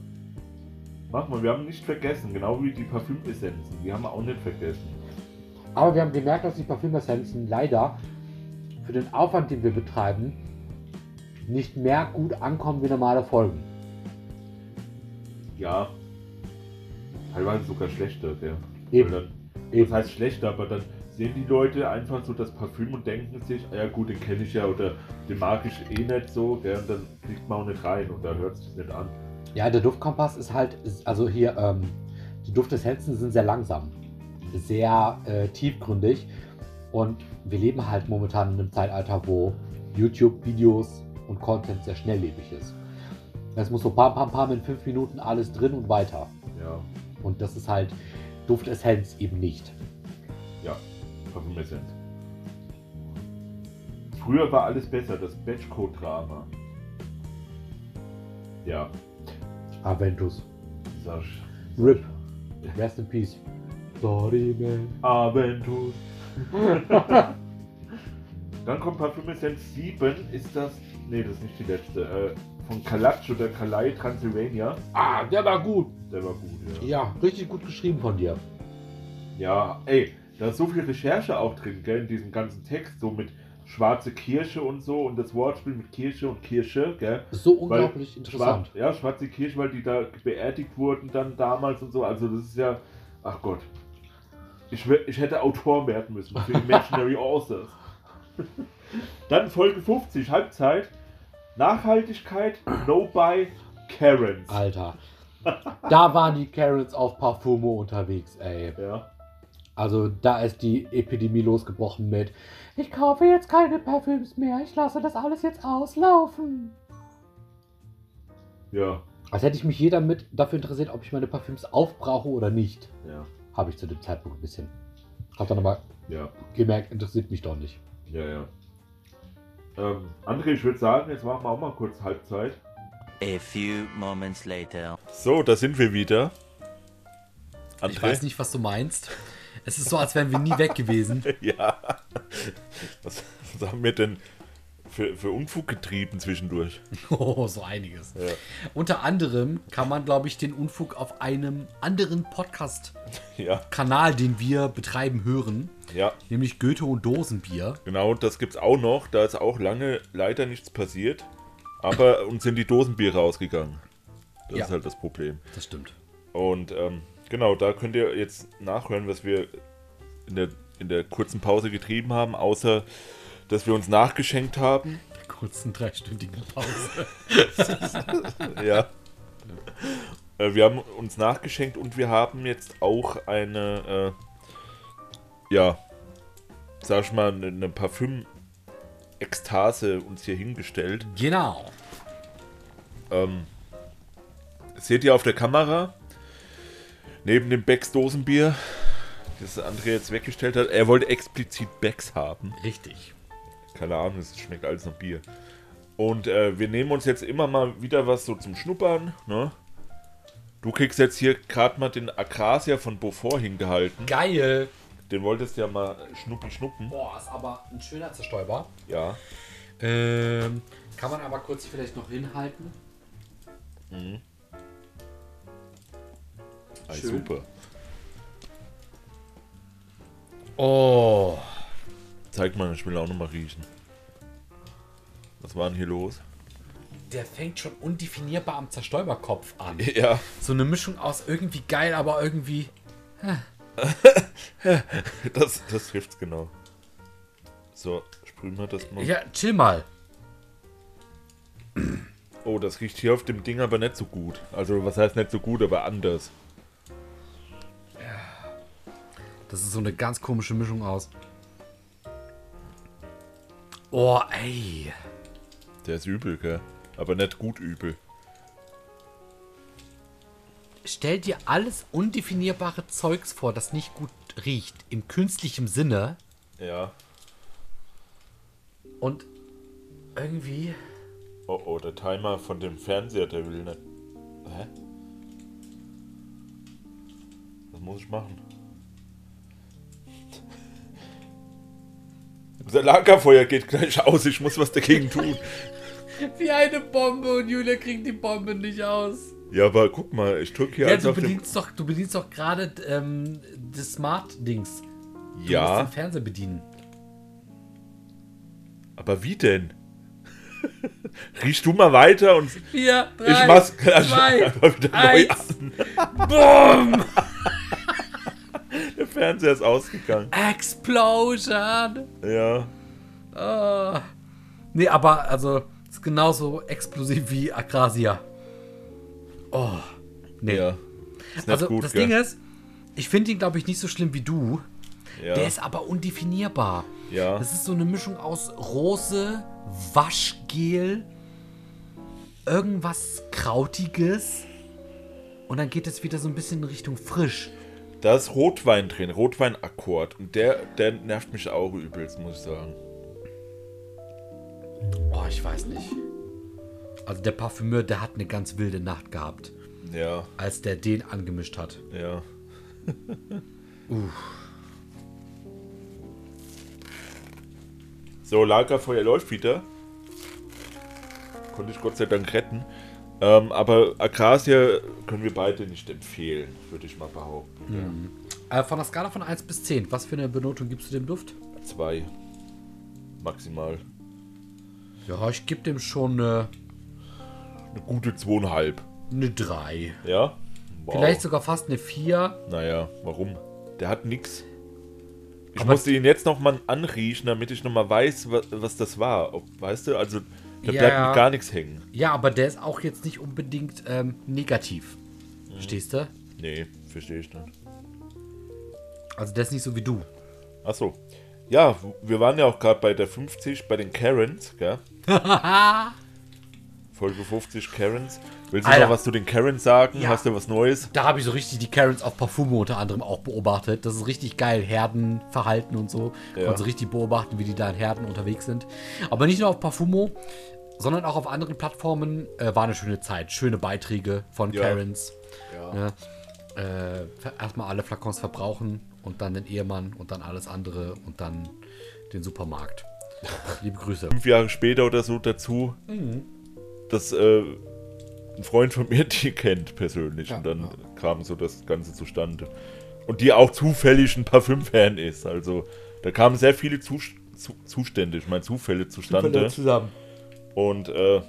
B: Mach mal, wir haben nicht vergessen, genau wie die Parfümessenzen. Die haben wir auch nicht vergessen.
E: Aber wir haben gemerkt, dass die Parfümessenzen leider für den Aufwand, den wir betreiben, nicht mehr gut ankommen wie normale Folgen.
B: Ja. Teilweise sogar schlechter, ja.
E: Eben.
B: Weil Dann,
E: Eben.
B: das heißt schlechter, aber dann sehen die Leute einfach so das Parfüm und denken sich, ah ja gut, den kenne ich ja oder den mag ich eh nicht so, gell, und dann kriegt man auch nicht rein und da hört es nicht an.
E: Ja, der Duftkompass ist halt, ist, also hier, ähm, die Duftessenzen sind sehr langsam, sehr äh, tiefgründig und wir leben halt momentan in einem Zeitalter, wo YouTube-Videos und Content sehr schnelllebig ist. Es muss so pam, pam, pam in fünf Minuten alles drin und weiter.
B: Ja,
E: Und das ist halt Duftessenz eben nicht.
B: Parfümessenz. Früher war alles besser, das Batchcode-Drama. Ja,
E: Aventus.
B: sag ich.
E: RIP. Rest in Peace. Sorry, man.
B: Aventus. Dann kommt Parfümessenz 7, ist das. Nee, das ist nicht die letzte. Äh, von Kalatsch oder Kalai Transylvania.
E: Ah, der war gut.
B: Der war gut, ja.
E: Ja, richtig gut geschrieben von dir.
B: Ja, ey, da ist so viel Recherche auch drin, gell, in diesem ganzen Text, so mit schwarze Kirsche und so und das Wortspiel mit Kirsche und Kirsche, gell.
E: So unglaublich interessant.
B: Schwarz, ja, schwarze Kirsche, weil die da beerdigt wurden dann damals und so. Also das ist ja. Ach Gott. Ich, wär- ich hätte Autor werden müssen für Imaginary Authors. dann Folge 50, Halbzeit. Nachhaltigkeit, No-Buy, Karens.
E: Alter. Da waren die Karens auf Parfumo unterwegs, ey.
B: Ja,
E: Also da ist die Epidemie losgebrochen mit Ich kaufe jetzt keine Parfüms mehr, ich lasse das alles jetzt auslaufen.
B: ja,
E: Als hätte ich mich jeder mit dafür interessiert, ob ich meine Parfüms aufbrauche oder nicht.
B: ja,
E: Habe ich zu dem Zeitpunkt ein bisschen. Hab dann aber
B: ja,
E: gemerkt, interessiert mich doch nicht.
B: ja, ja. Ähm, André, ich würde sagen, jetzt machen wir auch mal kurz Halbzeit.
F: A few moments later.
D: So, da sind wir wieder.
C: Ich weiß nicht, was du meinst. Es ist so, als wären wir nie weg gewesen.
D: Ja. Was, was haben wir denn für, für Unfug getrieben zwischendurch?
C: Oh, so einiges. Unter anderem kann man, glaube ich, den Unfug auf einem anderen Podcast-Kanal,
D: Ja,
C: den wir betreiben, hören.
D: ja.
C: Nämlich Goethe und Dosenbier.
D: Genau, das gibt's auch noch. Da ist auch lange leider nichts passiert. Aber uns sind die Dosenbiere ausgegangen. Das
C: Ja.
D: ist halt das Problem.
C: Das stimmt.
D: Und ähm, genau, da könnt ihr jetzt nachhören, was wir in der, in der kurzen Pause getrieben haben, außer dass wir uns nachgeschenkt haben.
C: Kurzen dreistündigen Pause.
D: ja. Äh, Wir haben uns nachgeschenkt und wir haben jetzt auch eine, äh, ja, sag ich mal, eine, eine Parfüm-Ekstase uns hier hingestellt.
C: genau.
D: Ähm, seht ihr auf der Kamera, neben dem Becks Dosenbier, das André jetzt weggestellt hat, er wollte explizit Becks haben.
C: Richtig.
D: Keine Ahnung, es schmeckt alles nach Bier. Und äh, wir nehmen uns jetzt immer mal wieder was so zum Schnuppern. Ne?
B: Du kriegst jetzt hier gerade mal den Akrasia von Beaufort hingehalten.
C: Geil!
B: Den wolltest du ja mal schnuppen, schnuppen.
C: Boah, ist aber ein schöner Zerstäuber.
B: Ja.
C: Ähm, kann man aber kurz vielleicht noch hinhalten?
B: Ah,
C: Schön.
B: super.
C: Oh.
B: Zeig mal, ich will auch nochmal riechen. Was war denn hier los?
C: Der fängt schon undefinierbar am Zerstäuberkopf an.
B: Ja.
C: So eine Mischung aus irgendwie geil, aber irgendwie.
B: Das, das trifft's genau. So, sprühen wir das mal.
C: Ja, chill mal.
B: Oh, das riecht hier auf dem Ding aber nicht so gut. Also, was heißt nicht so gut, aber anders.
C: Das ist so eine ganz komische Mischung aus. Oh, ey.
B: Der ist übel, gell? Aber nicht gut übel.
C: Stell dir alles undefinierbare Zeugs vor, das nicht gut riecht, im künstlichen Sinne
B: Ja.
C: und irgendwie.
B: Oh oh, der Timer von dem Fernseher, der will nicht. Hä? Was muss ich machen? Unser Lagerfeuer geht gleich aus, ich muss was dagegen tun.
C: Wie eine Bombe und Julia kriegt die Bombe nicht aus.
B: Ja, aber guck mal, ich drück hier
C: Ja,
B: eins
C: du
B: auf dem.
C: bedienst, doch, du bedienst doch gerade ähm, das Smart-Dings. Du musst
B: Ja,
C: den Fernseher bedienen.
B: aber wie denn? Riechst du mal weiter und
C: Vier, drei,
B: ich mach's gleich einfach wieder neu
C: eins.
B: an.
C: Boom!
B: Der Fernseher ist ausgegangen.
C: Explosion!
B: Ja.
C: Oh. Nee, aber also ist genauso explosiv wie Akrasia. Oh. Nee.
B: Ja. Ist nicht
C: also
B: gut,
C: das
B: gell?
C: Ding ist, ich finde ihn, glaube ich, nicht so schlimm wie du.
B: ja.
C: Der ist aber undefinierbar.
B: ja.
C: Das ist so eine Mischung aus Rose, Waschgel, irgendwas Krautiges. Und dann geht es wieder so ein bisschen in Richtung frisch.
B: Da ist Rotwein drin, Rotweinakkord. Und der, der nervt mich auch übelst, muss ich sagen.
C: Oh, ich weiß nicht. Also der Parfümeur, der hat eine ganz wilde Nacht gehabt,
B: Ja,
C: als der den angemischt hat.
B: ja. So, Lagerfeuer läuft wieder. Konnte ich Gott sei Dank retten. Ähm, aber Akrasia können wir beide nicht empfehlen, würde ich mal behaupten.
C: Äh, von der Skala von 1 bis 10, was für eine Benotung gibst du dem Duft?
B: Zwei. Maximal.
C: Ja, ich gebe dem schon eine,
B: Eine gute zweieinhalb.
C: eine 3.
B: Ja? Wow.
C: Vielleicht sogar fast eine 4.
B: Naja, warum? Der hat nix. Ich
C: Aber-
B: musste ihn jetzt nochmal anriechen, damit ich nochmal weiß, was, was das war. Ob, weißt du, also da
C: Ja.
B: bleibt mir gar nichts hängen.
C: Ja, aber der ist auch jetzt nicht unbedingt ähm, negativ. Verstehst du?
B: Nee, verstehe ich nicht.
C: Also der ist nicht so wie du.
B: Achso. Ja, w- wir waren ja auch gerade bei der 50, bei den Karens, gell? Folge 50 Karens. Willst du
C: Alter.
B: noch was zu den Karens sagen?
C: Ja.
B: Hast du was Neues?
C: Da habe ich so richtig die Karens auf Parfumo unter anderem auch beobachtet. Das ist richtig geil, Herdenverhalten und so. Ja.
B: Ja.
C: Konnte richtig beobachten, wie die da in Herden unterwegs sind. Aber nicht nur auf Parfumo, sondern auch auf anderen Plattformen. Äh, war eine schöne Zeit, schöne Beiträge von
B: Ja.
C: Karens.
B: Ja.
C: Ne? Äh, ver- erstmal alle Flakons verbrauchen und dann den Ehemann und dann alles andere und dann den Supermarkt. Liebe Grüße.
B: Fünf Jahre später oder so dazu, dass äh, ein Freund von mir die kennt persönlich. und dann kam so das Ganze zustande. Und die auch zufällig ein Parfüm-Fan ist. Also da kamen sehr viele Zus- Zu Zustände, ich meine Zufälle zustande.
C: zusammen.
B: Und äh,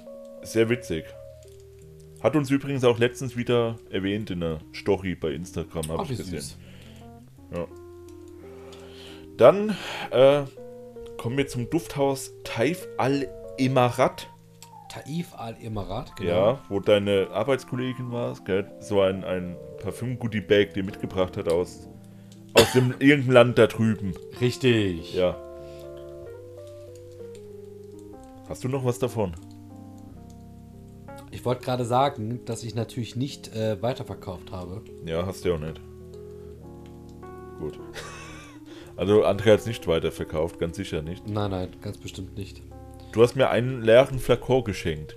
B: sehr witzig. Hat uns übrigens auch letztens wieder erwähnt in einer Story bei Instagram, habe ich gesehen. Ja. Dann äh, kommen wir zum Dufthaus Taif al-Imarat.
C: Taif genau. al-Imarat,
B: Ja, wo deine Arbeitskollegin war, gell? so ein, ein Parfüm-Goodie-Bag, die mitgebracht hat aus, aus dem irgendeinem Land da drüben.
C: Richtig.
B: Ja. Hast du noch was davon?
C: Ich wollte gerade sagen, dass ich natürlich nicht äh, weiterverkauft habe.
B: Ja, hast du ja auch nicht. Gut. Also André hat es nicht weiterverkauft, ganz sicher nicht.
C: Nein, nein, ganz bestimmt nicht.
B: Du hast mir einen leeren Flakon geschenkt.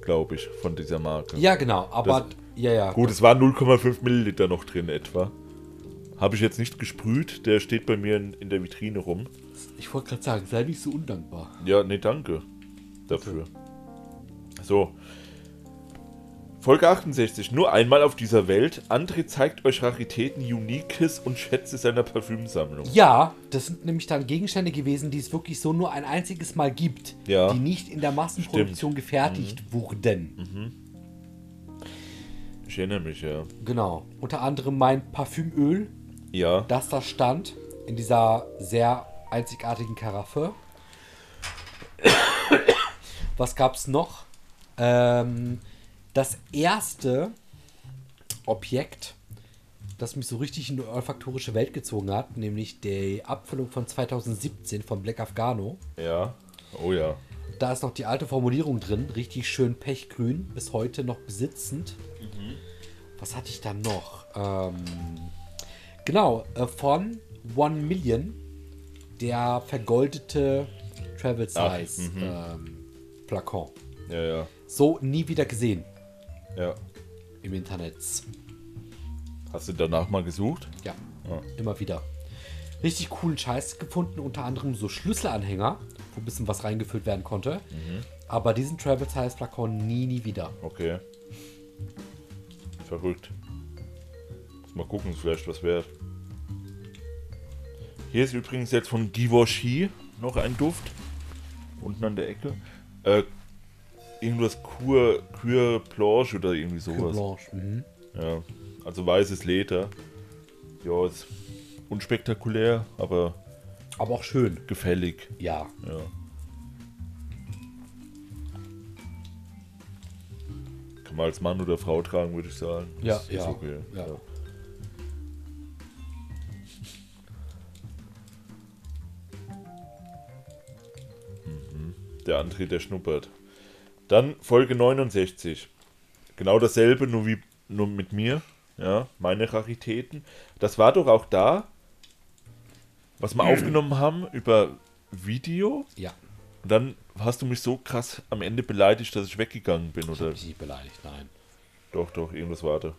B: Glaube ich, von dieser Marke.
C: Ja, genau, aber
B: Das-
C: Ja, ja.
B: Gut, es waren 0,5 Milliliter noch drin etwa. Habe ich jetzt nicht gesprüht, der steht bei mir in, in der Vitrine rum.
C: Ich wollte gerade sagen, sei nicht so undankbar.
B: Ja, nee, danke dafür. So. Folge 68. Nur einmal auf dieser Welt. André zeigt euch Raritäten, Uniques und Schätze seiner Parfümsammlung.
C: Ja, das sind nämlich dann Gegenstände gewesen, die es wirklich so nur ein einziges Mal gibt,
B: Ja.
C: die nicht in der Massenproduktion gefertigt wurden.
B: Ich erinnere mich, ja.
C: Genau. Unter anderem mein Parfümöl,
B: Ja.
C: das da stand, in dieser sehr einzigartigen Karaffe. Was gab's noch? Ähm, das erste Objekt, das mich so richtig in die olfaktorische Welt gezogen hat, nämlich die Abfüllung von 2017 von Black Afghano.
B: Ja. Oh ja.
C: Da ist noch die alte Formulierung drin, richtig schön pechgrün, bis heute noch besitzend.
B: Mhm.
C: Was hatte ich dann noch? Ähm, genau, äh, von One Million, der vergoldete Travel
B: Ach, mhm.
C: Size ähm, Flakon.
B: Ja, ja.
C: So nie wieder gesehen
B: Ja.
C: im Internet.
B: Hast du danach mal gesucht?
C: Ja,
B: Ja.
C: immer wieder. Richtig coolen Scheiß gefunden, unter anderem so Schlüsselanhänger, wo ein bisschen was reingefüllt werden konnte.
B: Mhm.
C: Aber diesen Travel Size Flakon nie, nie wieder.
B: Okay. Verrückt. Muss mal gucken, ist vielleicht was wert. Hier ist übrigens jetzt von Givenchy noch ein Duft. Unten an der Ecke. Äh, irgendwas Cure, Cure Blanche oder irgendwie sowas.
C: Blanche. Mhm.
B: Ja, also weißes Leder. Ja, ist unspektakulär, aber
C: Aber auch schön.
B: gefällig.
C: Ja.
B: Ja. Kann man als Mann oder Frau tragen, würde ich sagen.
C: Ja,
B: ist, Ist
C: ja,
B: okay.
C: ja.
B: Mhm. Der Antrieb, der schnuppert. Dann Folge 69. Genau dasselbe, nur wie nur mit mir. Ja, meine Raritäten. Das war doch auch da, was wir aufgenommen haben über Video.
C: Mhm. Ja.
B: Und dann hast du mich so krass am Ende beleidigt, dass ich weggegangen bin. Oder
C: Ich nicht beleidigt, nein.
B: doch, doch, irgendwas warte.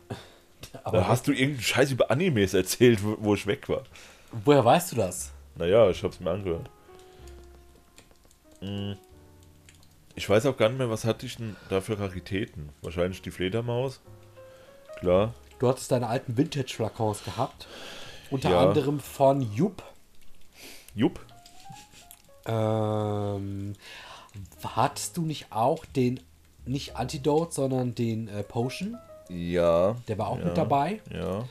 C: Aber
B: Da hast du irgendeinen Scheiß über Animes erzählt, wo, wo ich weg war.
C: woher weißt du das?
B: Naja, ich hab's mir angehört. Mm. Ich weiß auch gar nicht mehr, was hatte ich denn da für Raritäten? Wahrscheinlich die Fledermaus. Klar.
C: Du hattest deine alten Vintage-Flakons gehabt. Unter
B: Ja.
C: anderem von Jupp.
B: Jupp.
C: Ähm, hattest du nicht auch den, nicht Antidote, sondern den äh, Potion?
B: Ja.
C: Der war auch mit dabei.
B: Ja.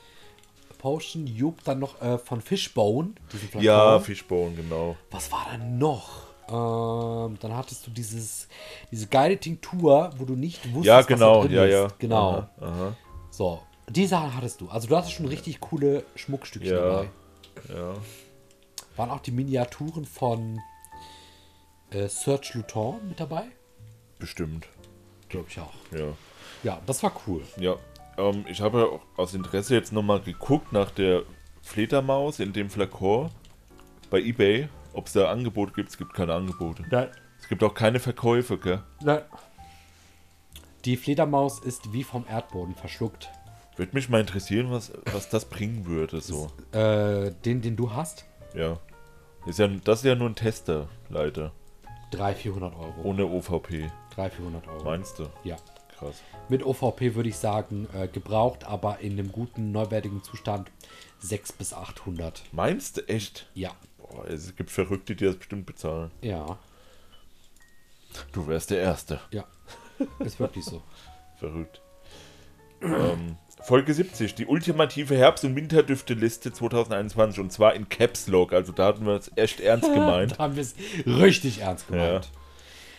C: Potion, Jupp, dann noch äh, von Fishbone. diesen Flakon.
B: Ja, Fishbone, genau.
C: Was war dann noch? Ähm, dann hattest du dieses, diese geile Tinktur, wo du nicht wusstest,
B: Ja,
C: was
B: genau.
C: da drin
B: Ja,
C: ist.
B: ja.
C: Genau.
B: Aha, aha.
C: So, die Sachen hattest du. Also du hattest schon richtig coole Schmuckstückchen
B: Ja.
C: dabei.
B: Ja.
C: Waren auch die Miniaturen von äh, Serge Luton mit dabei?
B: Bestimmt.
C: Glaube ich auch.
B: Ja.
C: Ja, das war cool.
B: Ja, ähm, ich habe ja auch aus Interesse jetzt nochmal geguckt nach der Fledermaus in dem Flakor bei eBay, ob es da Angebot gibt. Es gibt keine Angebote.
C: Nein,
B: Es gibt auch keine Verkäufe, gell?
C: nein. Die Fledermaus ist wie vom Erdboden verschluckt.
B: Würde mich mal interessieren, was, was das bringen würde, so.
C: Äh, den, den du hast?
B: Ja. Ist ja. Das ist ja nur ein Tester, leider.
C: 300, 400 Euro.
B: Ohne OVP.
C: 300, 400 Euro.
B: Meinst du?
C: Ja.
B: Krass.
C: Mit OVP würde ich sagen, äh, gebraucht, aber in einem guten, neuwertigen Zustand 600 bis 800.
B: Meinst du echt?
C: Ja,
B: Boah, es gibt Verrückte, die das bestimmt bezahlen.
C: ja,
B: Du wärst der Erste.
C: ja. Ist wirklich so.
B: Verrückt. ähm, Folge 70, die ultimative Herbst- und Winterdüfteliste 2021 und zwar in Caps Lock, also da hatten wir es echt ernst gemeint.
C: Da haben wir es richtig ernst gemeint.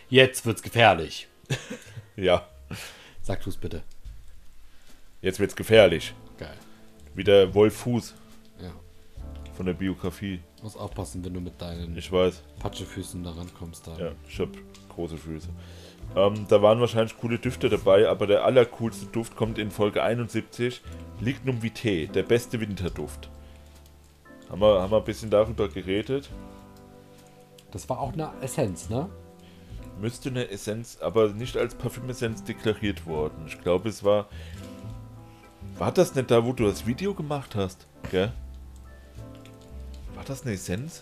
C: Jetzt wird's gefährlich.
B: ja,
C: Sag du's bitte.
B: jetzt wird's gefährlich.
C: Geil.
B: Wie der Wolf Fuß
C: Ja.
B: von der Biografie.
C: Muss aufpassen, wenn du mit deinen
B: Ich weiß,
C: Patschefüßen da rankommst. Da.
B: ja, ich hab große Füße. Ähm, da waren wahrscheinlich coole Düfte dabei, aber der allercoolste Duft kommt in Folge 71, Lignum Vitae, der beste Winterduft. Haben wir, haben wir ein bisschen darüber geredet.
C: Das war auch eine Essenz, ne?
B: Müsste eine Essenz, aber nicht als Parfümessenz deklariert worden. Ich glaube, es war War das nicht da, wo du das Video gemacht hast? Gell? War das eine Essenz?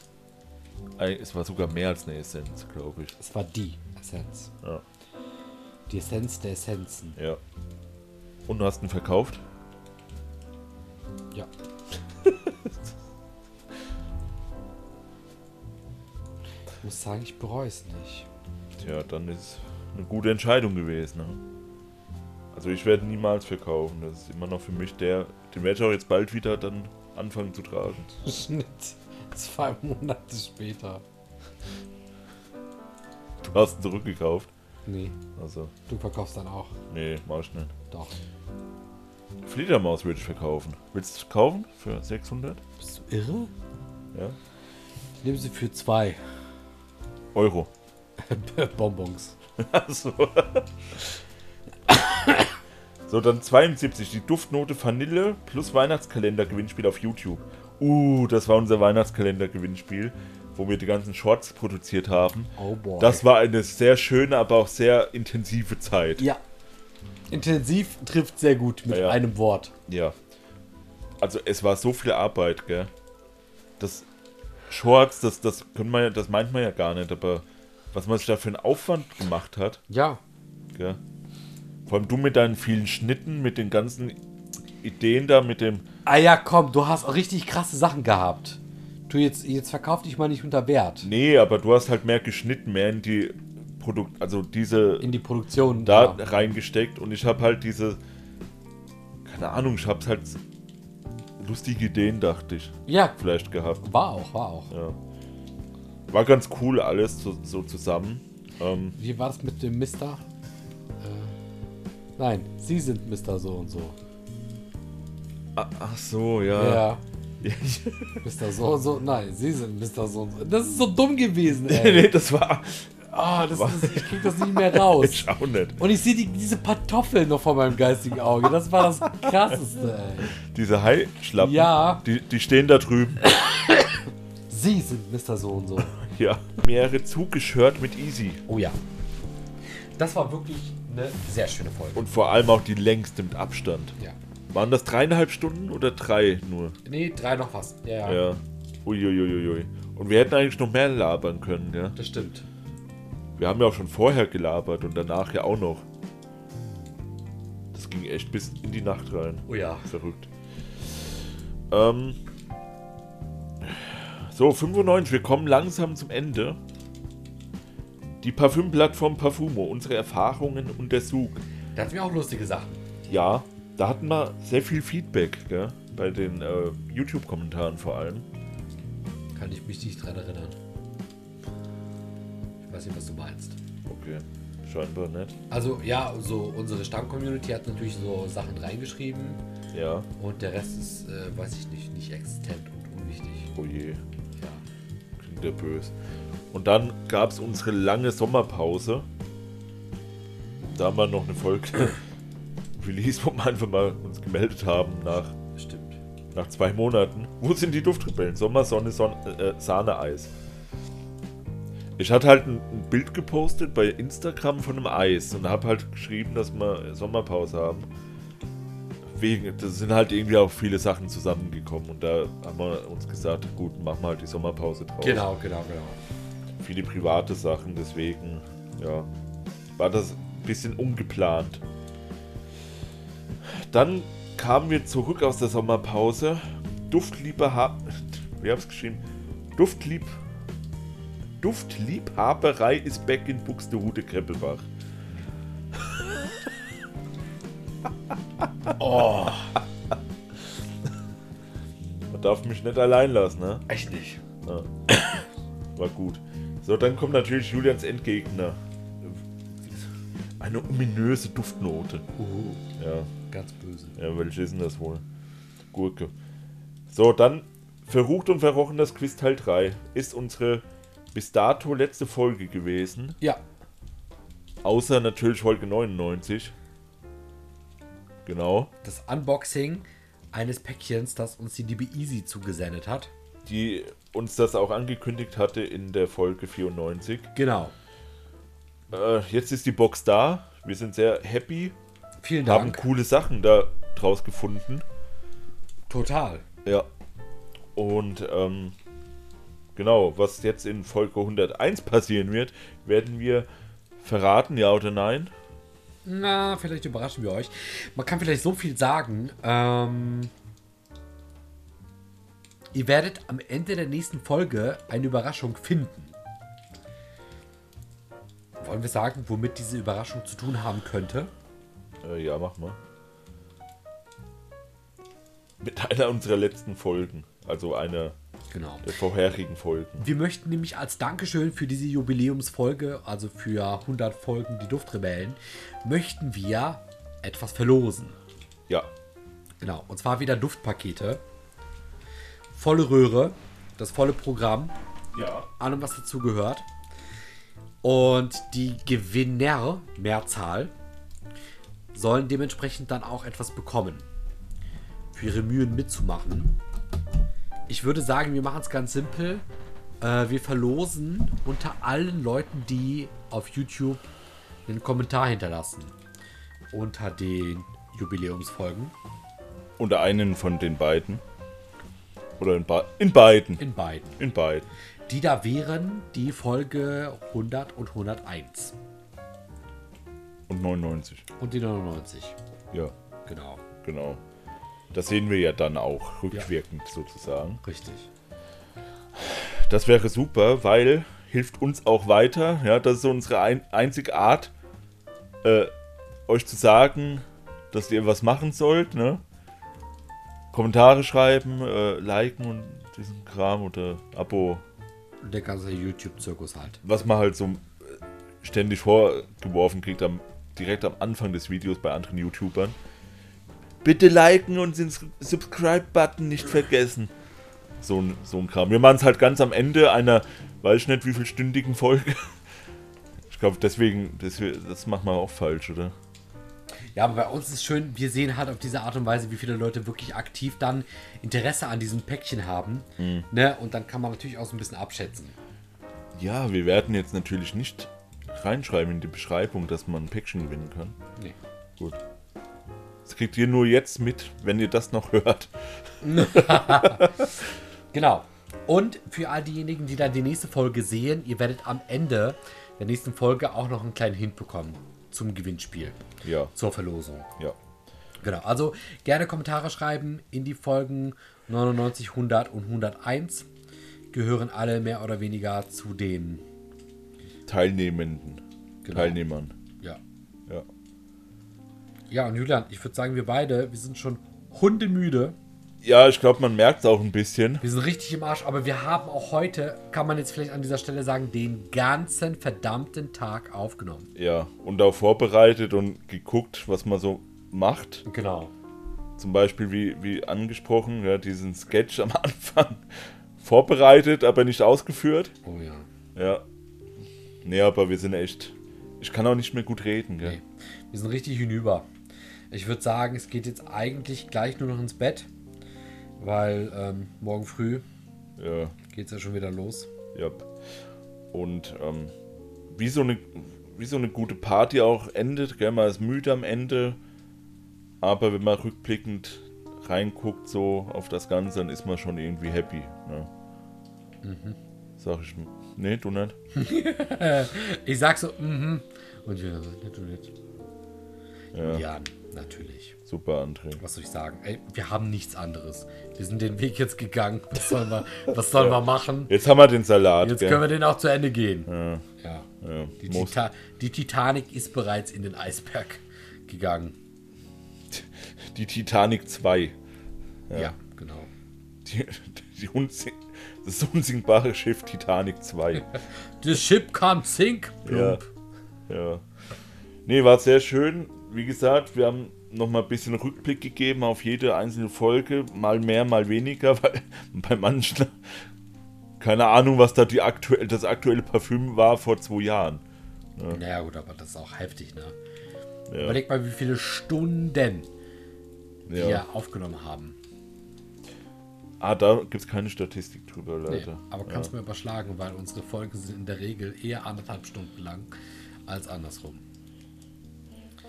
B: Ei, Es war sogar mehr als eine Essenz, glaube ich.
C: Es war die Essenz.
B: Ja.
C: Die Essenz der Essenzen.
B: ja. Und du hast ihn verkauft?
C: Ja. ich muss sagen, ich bereue es nicht.
B: Tja, dann ist eine gute Entscheidung gewesen. Ne? Also ich werde niemals verkaufen. Das ist immer noch für mich der. Den werde ich auch jetzt bald wieder dann anfangen zu tragen.
C: Schnitt. Zwei Monate später.
B: Du hast ihn zurückgekauft.
C: Nee,
B: Also,
C: du verkaufst dann auch.
B: nee, mach ich nicht.
C: Doch.
B: Fledermaus würde ich verkaufen. Willst du kaufen? Für 600?
C: Bist du irre?
B: Ja.
C: Ich nehme sie für zwei
B: Euro.
C: Bonbons.
B: So. so, dann 72. Die Duftnote Vanille plus Weihnachtskalender-Gewinnspiel auf YouTube. Uh, das war unser Weihnachtskalender-Gewinnspiel, wo wir die ganzen Shorts produziert haben.
C: Oh boy.
B: Das war eine sehr schöne, aber auch sehr intensive Zeit.
C: Ja. Intensiv trifft sehr gut mit
B: Ja, ja.
C: einem Wort.
B: Ja. Also es war so viel Arbeit, gell? Das Shorts, das, das können man ja, das meint man ja gar nicht, aber was man sich da für einen Aufwand gemacht hat,
C: Ja.
B: gell? Vor allem du mit deinen vielen Schnitten, mit den ganzen Ideen da, mit dem.
C: Ah ja, komm, du hast auch richtig krasse Sachen gehabt. Du jetzt, jetzt verkauf dich mal nicht unter Wert.
B: Nee, aber du hast halt mehr geschnitten, mehr in die Produkt, also diese
C: In die Produktion. Genau.
B: da
C: ja.
B: reingesteckt und ich habe halt diese. Keine Ahnung, ich hab's halt lustige Ideen, dachte ich,
C: ja,
B: vielleicht gehabt.
C: war auch, war auch.
B: Ja. War ganz cool alles so, so zusammen. Ähm,
C: Wie war das mit dem Mister? Äh, nein, sie sind Mister so und so.
B: a- Ah, ach so, ja.
C: Ja. Mister so und so. Nein, sie sind Mister so und so. Das ist so dumm gewesen, ey.
B: nee, das war
C: Ah, das, das, ich krieg das nicht mehr raus.
B: ich auch nicht.
C: Und ich sehe die, diese Pantoffeln noch vor meinem geistigen Auge. Das war das Krasseste, ey.
B: Diese Hai-Schlappen,
C: Ja.
B: die, die stehen da drüben.
C: Sie sind Mr. So und so.
B: ja. Meere zugeschört mit Easy.
C: Oh ja. Das war wirklich eine sehr schöne Folge.
B: Und vor allem auch die längste mit Abstand.
C: Oh ja.
B: Waren das dreieinhalb Stunden oder drei nur?
C: Nee, drei noch was. Ja, ja.
B: Ja. Uiuiuiui. Und wir hätten eigentlich noch mehr labern können, ja.
C: Das stimmt.
B: Wir haben ja auch schon vorher gelabert und danach ja auch noch. Das ging echt bis in die Nacht rein.
C: Oh ja.
B: Verrückt. Ähm, so, 95, wir kommen langsam zum Ende. Die Parfümplattform Parfumo, unsere Erfahrungen und der Sug.
C: Da hatten wir auch lustige Sachen.
B: Ja, da hatten wir sehr viel Feedback, gell? Bei den äh, YouTube-Kommentaren vor allem.
C: Kann ich mich nicht dran erinnern. Ich weiß nicht, was du meinst.
B: Okay, scheinbar nicht.
C: Also ja, so unsere Stamm-Community hat natürlich so Sachen reingeschrieben
B: Ja,
C: und der Rest ist, äh, weiß ich nicht, nicht existent und unwichtig.
B: oh je.
C: Ja.
B: Klingt ja böse. Und dann gab es unsere lange Sommerpause. Da haben wir noch eine Folge Release, wo wir einfach mal uns gemeldet haben nach,
C: Stimmt.
B: nach zwei Monaten. Wo sind die Duftrebellen? Sommer, Sonne, Sonne äh, Sahne-Eis. Ich hatte halt ein, ein Bild gepostet bei Instagram von einem Eis und habe halt geschrieben, dass wir Sommerpause haben. Wegen, da sind halt irgendwie auch viele Sachen zusammengekommen und da haben wir uns gesagt, gut, machen wir halt die Sommerpause draus
C: Genau, genau, genau.
B: viele private Sachen, deswegen ja, war das ein bisschen ungeplant. Dann kamen wir zurück aus der Sommerpause. Duftliebhaber, wir haben es geschrieben, Duftlieb, Duftliebhaberei ist back in Buxtehude Kreppelbach. oh. Man darf mich nicht allein lassen, ne?
C: Echt nicht.
B: Ja. War gut. So, dann kommt natürlich Julians Endgegner. Eine ominöse Duftnote.
C: Uh,
B: Ja,
C: ganz böse.
B: ja welche ist denn das wohl? Gurke. So, dann Verrucht und Verrochen das Quiz Teil 3 ist unsere bis dato letzte Folge gewesen.
C: Ja,
B: Außer natürlich Folge 99. Genau.
C: das Unboxing eines Päckchens, das uns die liebe Easy zugesendet hat.
B: Die uns das auch angekündigt hatte in der Folge 94.
C: Genau.
B: Äh, jetzt ist die Box da. Wir sind sehr happy.
C: Vielen
B: haben
C: Dank.
B: coole Sachen da draus gefunden.
C: Total.
B: Ja. Und ähm, genau, was jetzt in Folge 101 passieren wird, werden wir verraten, ja oder nein?
C: Na, vielleicht überraschen wir euch. Man kann vielleicht so viel sagen. Ähm, ihr werdet am Ende der nächsten Folge eine Überraschung finden. Wollen wir sagen, womit diese Überraschung zu tun haben könnte?
B: Äh, ja, mach mal. Mit einer unserer letzten Folgen, also einer
C: Genau.
B: der vorherigen Folgen.
C: Wir möchten nämlich als Dankeschön für diese Jubiläumsfolge, also für 100 Folgen die Duftrebellen, möchten wir etwas verlosen.
B: Ja,
C: Genau, und zwar wieder Duftpakete. Volle Röhre, das volle Programm. Ja. Allem, was dazu gehört. Und die Gewinner, Mehrzahl, sollen dementsprechend dann auch etwas bekommen. Für ihre Mühen mitzumachen. Ich würde sagen, wir machen es ganz simpel. Äh, wir verlosen unter allen Leuten, die auf YouTube einen Kommentar hinterlassen. Unter den Jubiläumsfolgen.
B: unter einen von den beiden. Oder in, ba in beiden.
C: In beiden.
B: In beiden.
C: Die da wären die Folge 100 und 101.
B: Und 99.
C: Und die 99.
B: Ja,
C: Genau.
B: genau. Das sehen wir ja dann auch rückwirkend sozusagen.
C: Richtig.
B: Das wäre super, weil hilft uns auch weiter. Ja, das ist so unsere ein einzige Art, äh, euch zu sagen, dass ihr was machen sollt. Ne? Kommentare schreiben, äh, liken und diesen Kram oder Abo.
C: Und der ganze YouTube-Zirkus halt.
B: Was man halt so äh, ständig vorgeworfen kriegt, am, direkt am Anfang des Videos bei anderen YouTubern. Bitte liken und den S- Subscribe-Button nicht vergessen. So ein, so ein Kram. Wir machen es halt ganz am Ende einer, weiß ich nicht, wie viel stündigen Folge. Ich glaube, deswegen, das, das macht man auch falsch, oder?
C: Ja, aber bei uns ist schön, wir sehen halt auf diese Art und Weise, wie viele Leute wirklich aktiv dann Interesse an diesem Päckchen haben. Ne? Und dann kann man natürlich auch so ein bisschen abschätzen.
B: Ja, wir werden jetzt natürlich nicht reinschreiben in die Beschreibung, dass man ein Päckchen gewinnen kann.
C: Nee.
B: Gut. Das kriegt ihr nur jetzt mit, wenn ihr das noch hört.
C: Genau. Und für all diejenigen, die dann die nächste Folge sehen, ihr werdet am Ende der nächsten Folge auch noch einen kleinen Hint bekommen zum Gewinnspiel,
B: Ja,
C: zur Verlosung.
B: ja.
C: Genau, also gerne Kommentare schreiben in die Folgen 99, 100 und 101. Gehören alle mehr oder weniger zu den.
B: Teilnehmenden.
C: Genau.
B: Teilnehmern.
C: Ja,
B: Ja.
C: ja und Julian, ich würde sagen, wir beide, wir sind schon hundemüde.
B: ja, ich glaube, man merkt es auch ein bisschen.
C: Wir sind richtig im Arsch, aber wir haben auch heute, kann man jetzt vielleicht an dieser Stelle sagen, den ganzen verdammten Tag aufgenommen.
B: Ja, und auch vorbereitet und geguckt, was man so macht.
C: Genau.
B: Zum Beispiel, wie, wie angesprochen, ja, diesen Sketch am Anfang vorbereitet, aber nicht ausgeführt.
C: Oh ja.
B: Ja. Nee, aber wir sind echt. Ich kann auch nicht mehr gut reden, gell?
C: Nee. Wir sind richtig hinüber. Ich würde sagen, es geht jetzt eigentlich gleich nur noch ins Bett, weil ähm, morgen früh
B: Ja,
C: geht's ja schon wieder los.
B: ja. Und ähm, wie, so eine, wie so eine gute Party auch endet, gell? Man ist müde am Ende, aber wenn man rückblickend reinguckt, so auf das Ganze, dann ist man schon irgendwie happy, ne?
C: Mhm.
B: Sag ich. m- Nee, du nicht?
C: Ich sag so, mhm. Und Julian so, nicht, nicht. Julian, natürlich.
B: Super, André.
C: Was soll ich sagen? Ey, wir haben nichts anderes. Wir sind den Weg jetzt gegangen. Was sollen wir, was sollen wir machen?
B: Jetzt haben wir den Salat,
C: Jetzt
B: gell?
C: können wir den auch zu Ende gehen. Ja.
B: ja,
C: Die,
B: muss.
C: Tita die Titanic ist bereits in den Eisberg gegangen.
B: Die Titanic 2.
C: Ja, genau.
B: Die, die unsink, das unsinkbare Schiff Titanic 2.
C: The ship can't sink.
B: Ja.
C: Plump.
B: Ja. Nee, war sehr schön. Wie gesagt, wir haben nochmal ein bisschen Rückblick gegeben auf jede einzelne Folge. Mal mehr, mal weniger, weil bei manchen keine Ahnung, was da die aktuell, das aktuelle Parfüm war vor zwei Jahren.
C: Naja, gut, aber das ist auch heftig, ne? Überleg mal, wie viele Stunden
B: Ja.
C: wir aufgenommen haben.
B: Ah, da gibt es keine Statistik drüber,
C: Nee,
B: Leute.
C: aber kannst du mir überschlagen, weil unsere Folgen sind in der Regel eher anderthalb Stunden lang als andersrum.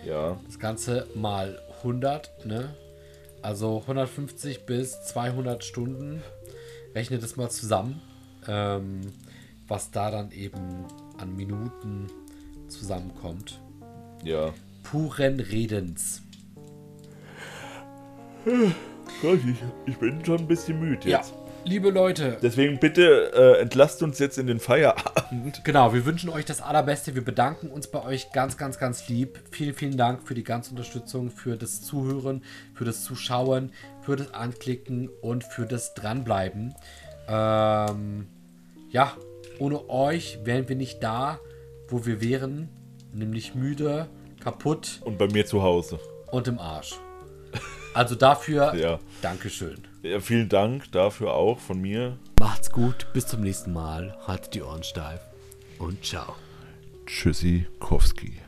B: ja.
C: Das Ganze mal 100, ne? Also 150 bis 200 Stunden. Rechne das mal zusammen, ähm, was da dann eben an Minuten zusammenkommt.
B: Ja.
C: Puren Redens.
B: Gott, ich, ich bin schon ein bisschen müde
C: Ja,
B: jetzt.
C: liebe Leute,
B: Deswegen bitte äh, entlasst uns jetzt in den Feierabend.
C: Genau, wir wünschen euch das Allerbeste. Wir bedanken uns bei euch ganz, ganz, ganz lieb. Vielen, vielen Dank für die ganze Unterstützung, für das Zuhören, für das Zuschauen, für das Anklicken und für das Dranbleiben. Ähm, ja, ohne euch wären wir nicht da, wo wir wären, nämlich müde, kaputt
B: Und bei mir zu Hause.
C: und im Arsch. Also dafür
B: Ja.
C: Dankeschön.
B: ja vielen Dank dafür auch von mir.
C: Macht's gut, bis zum nächsten Mal. Haltet die Ohren steif und ciao.
B: Tschüssi, Kowski.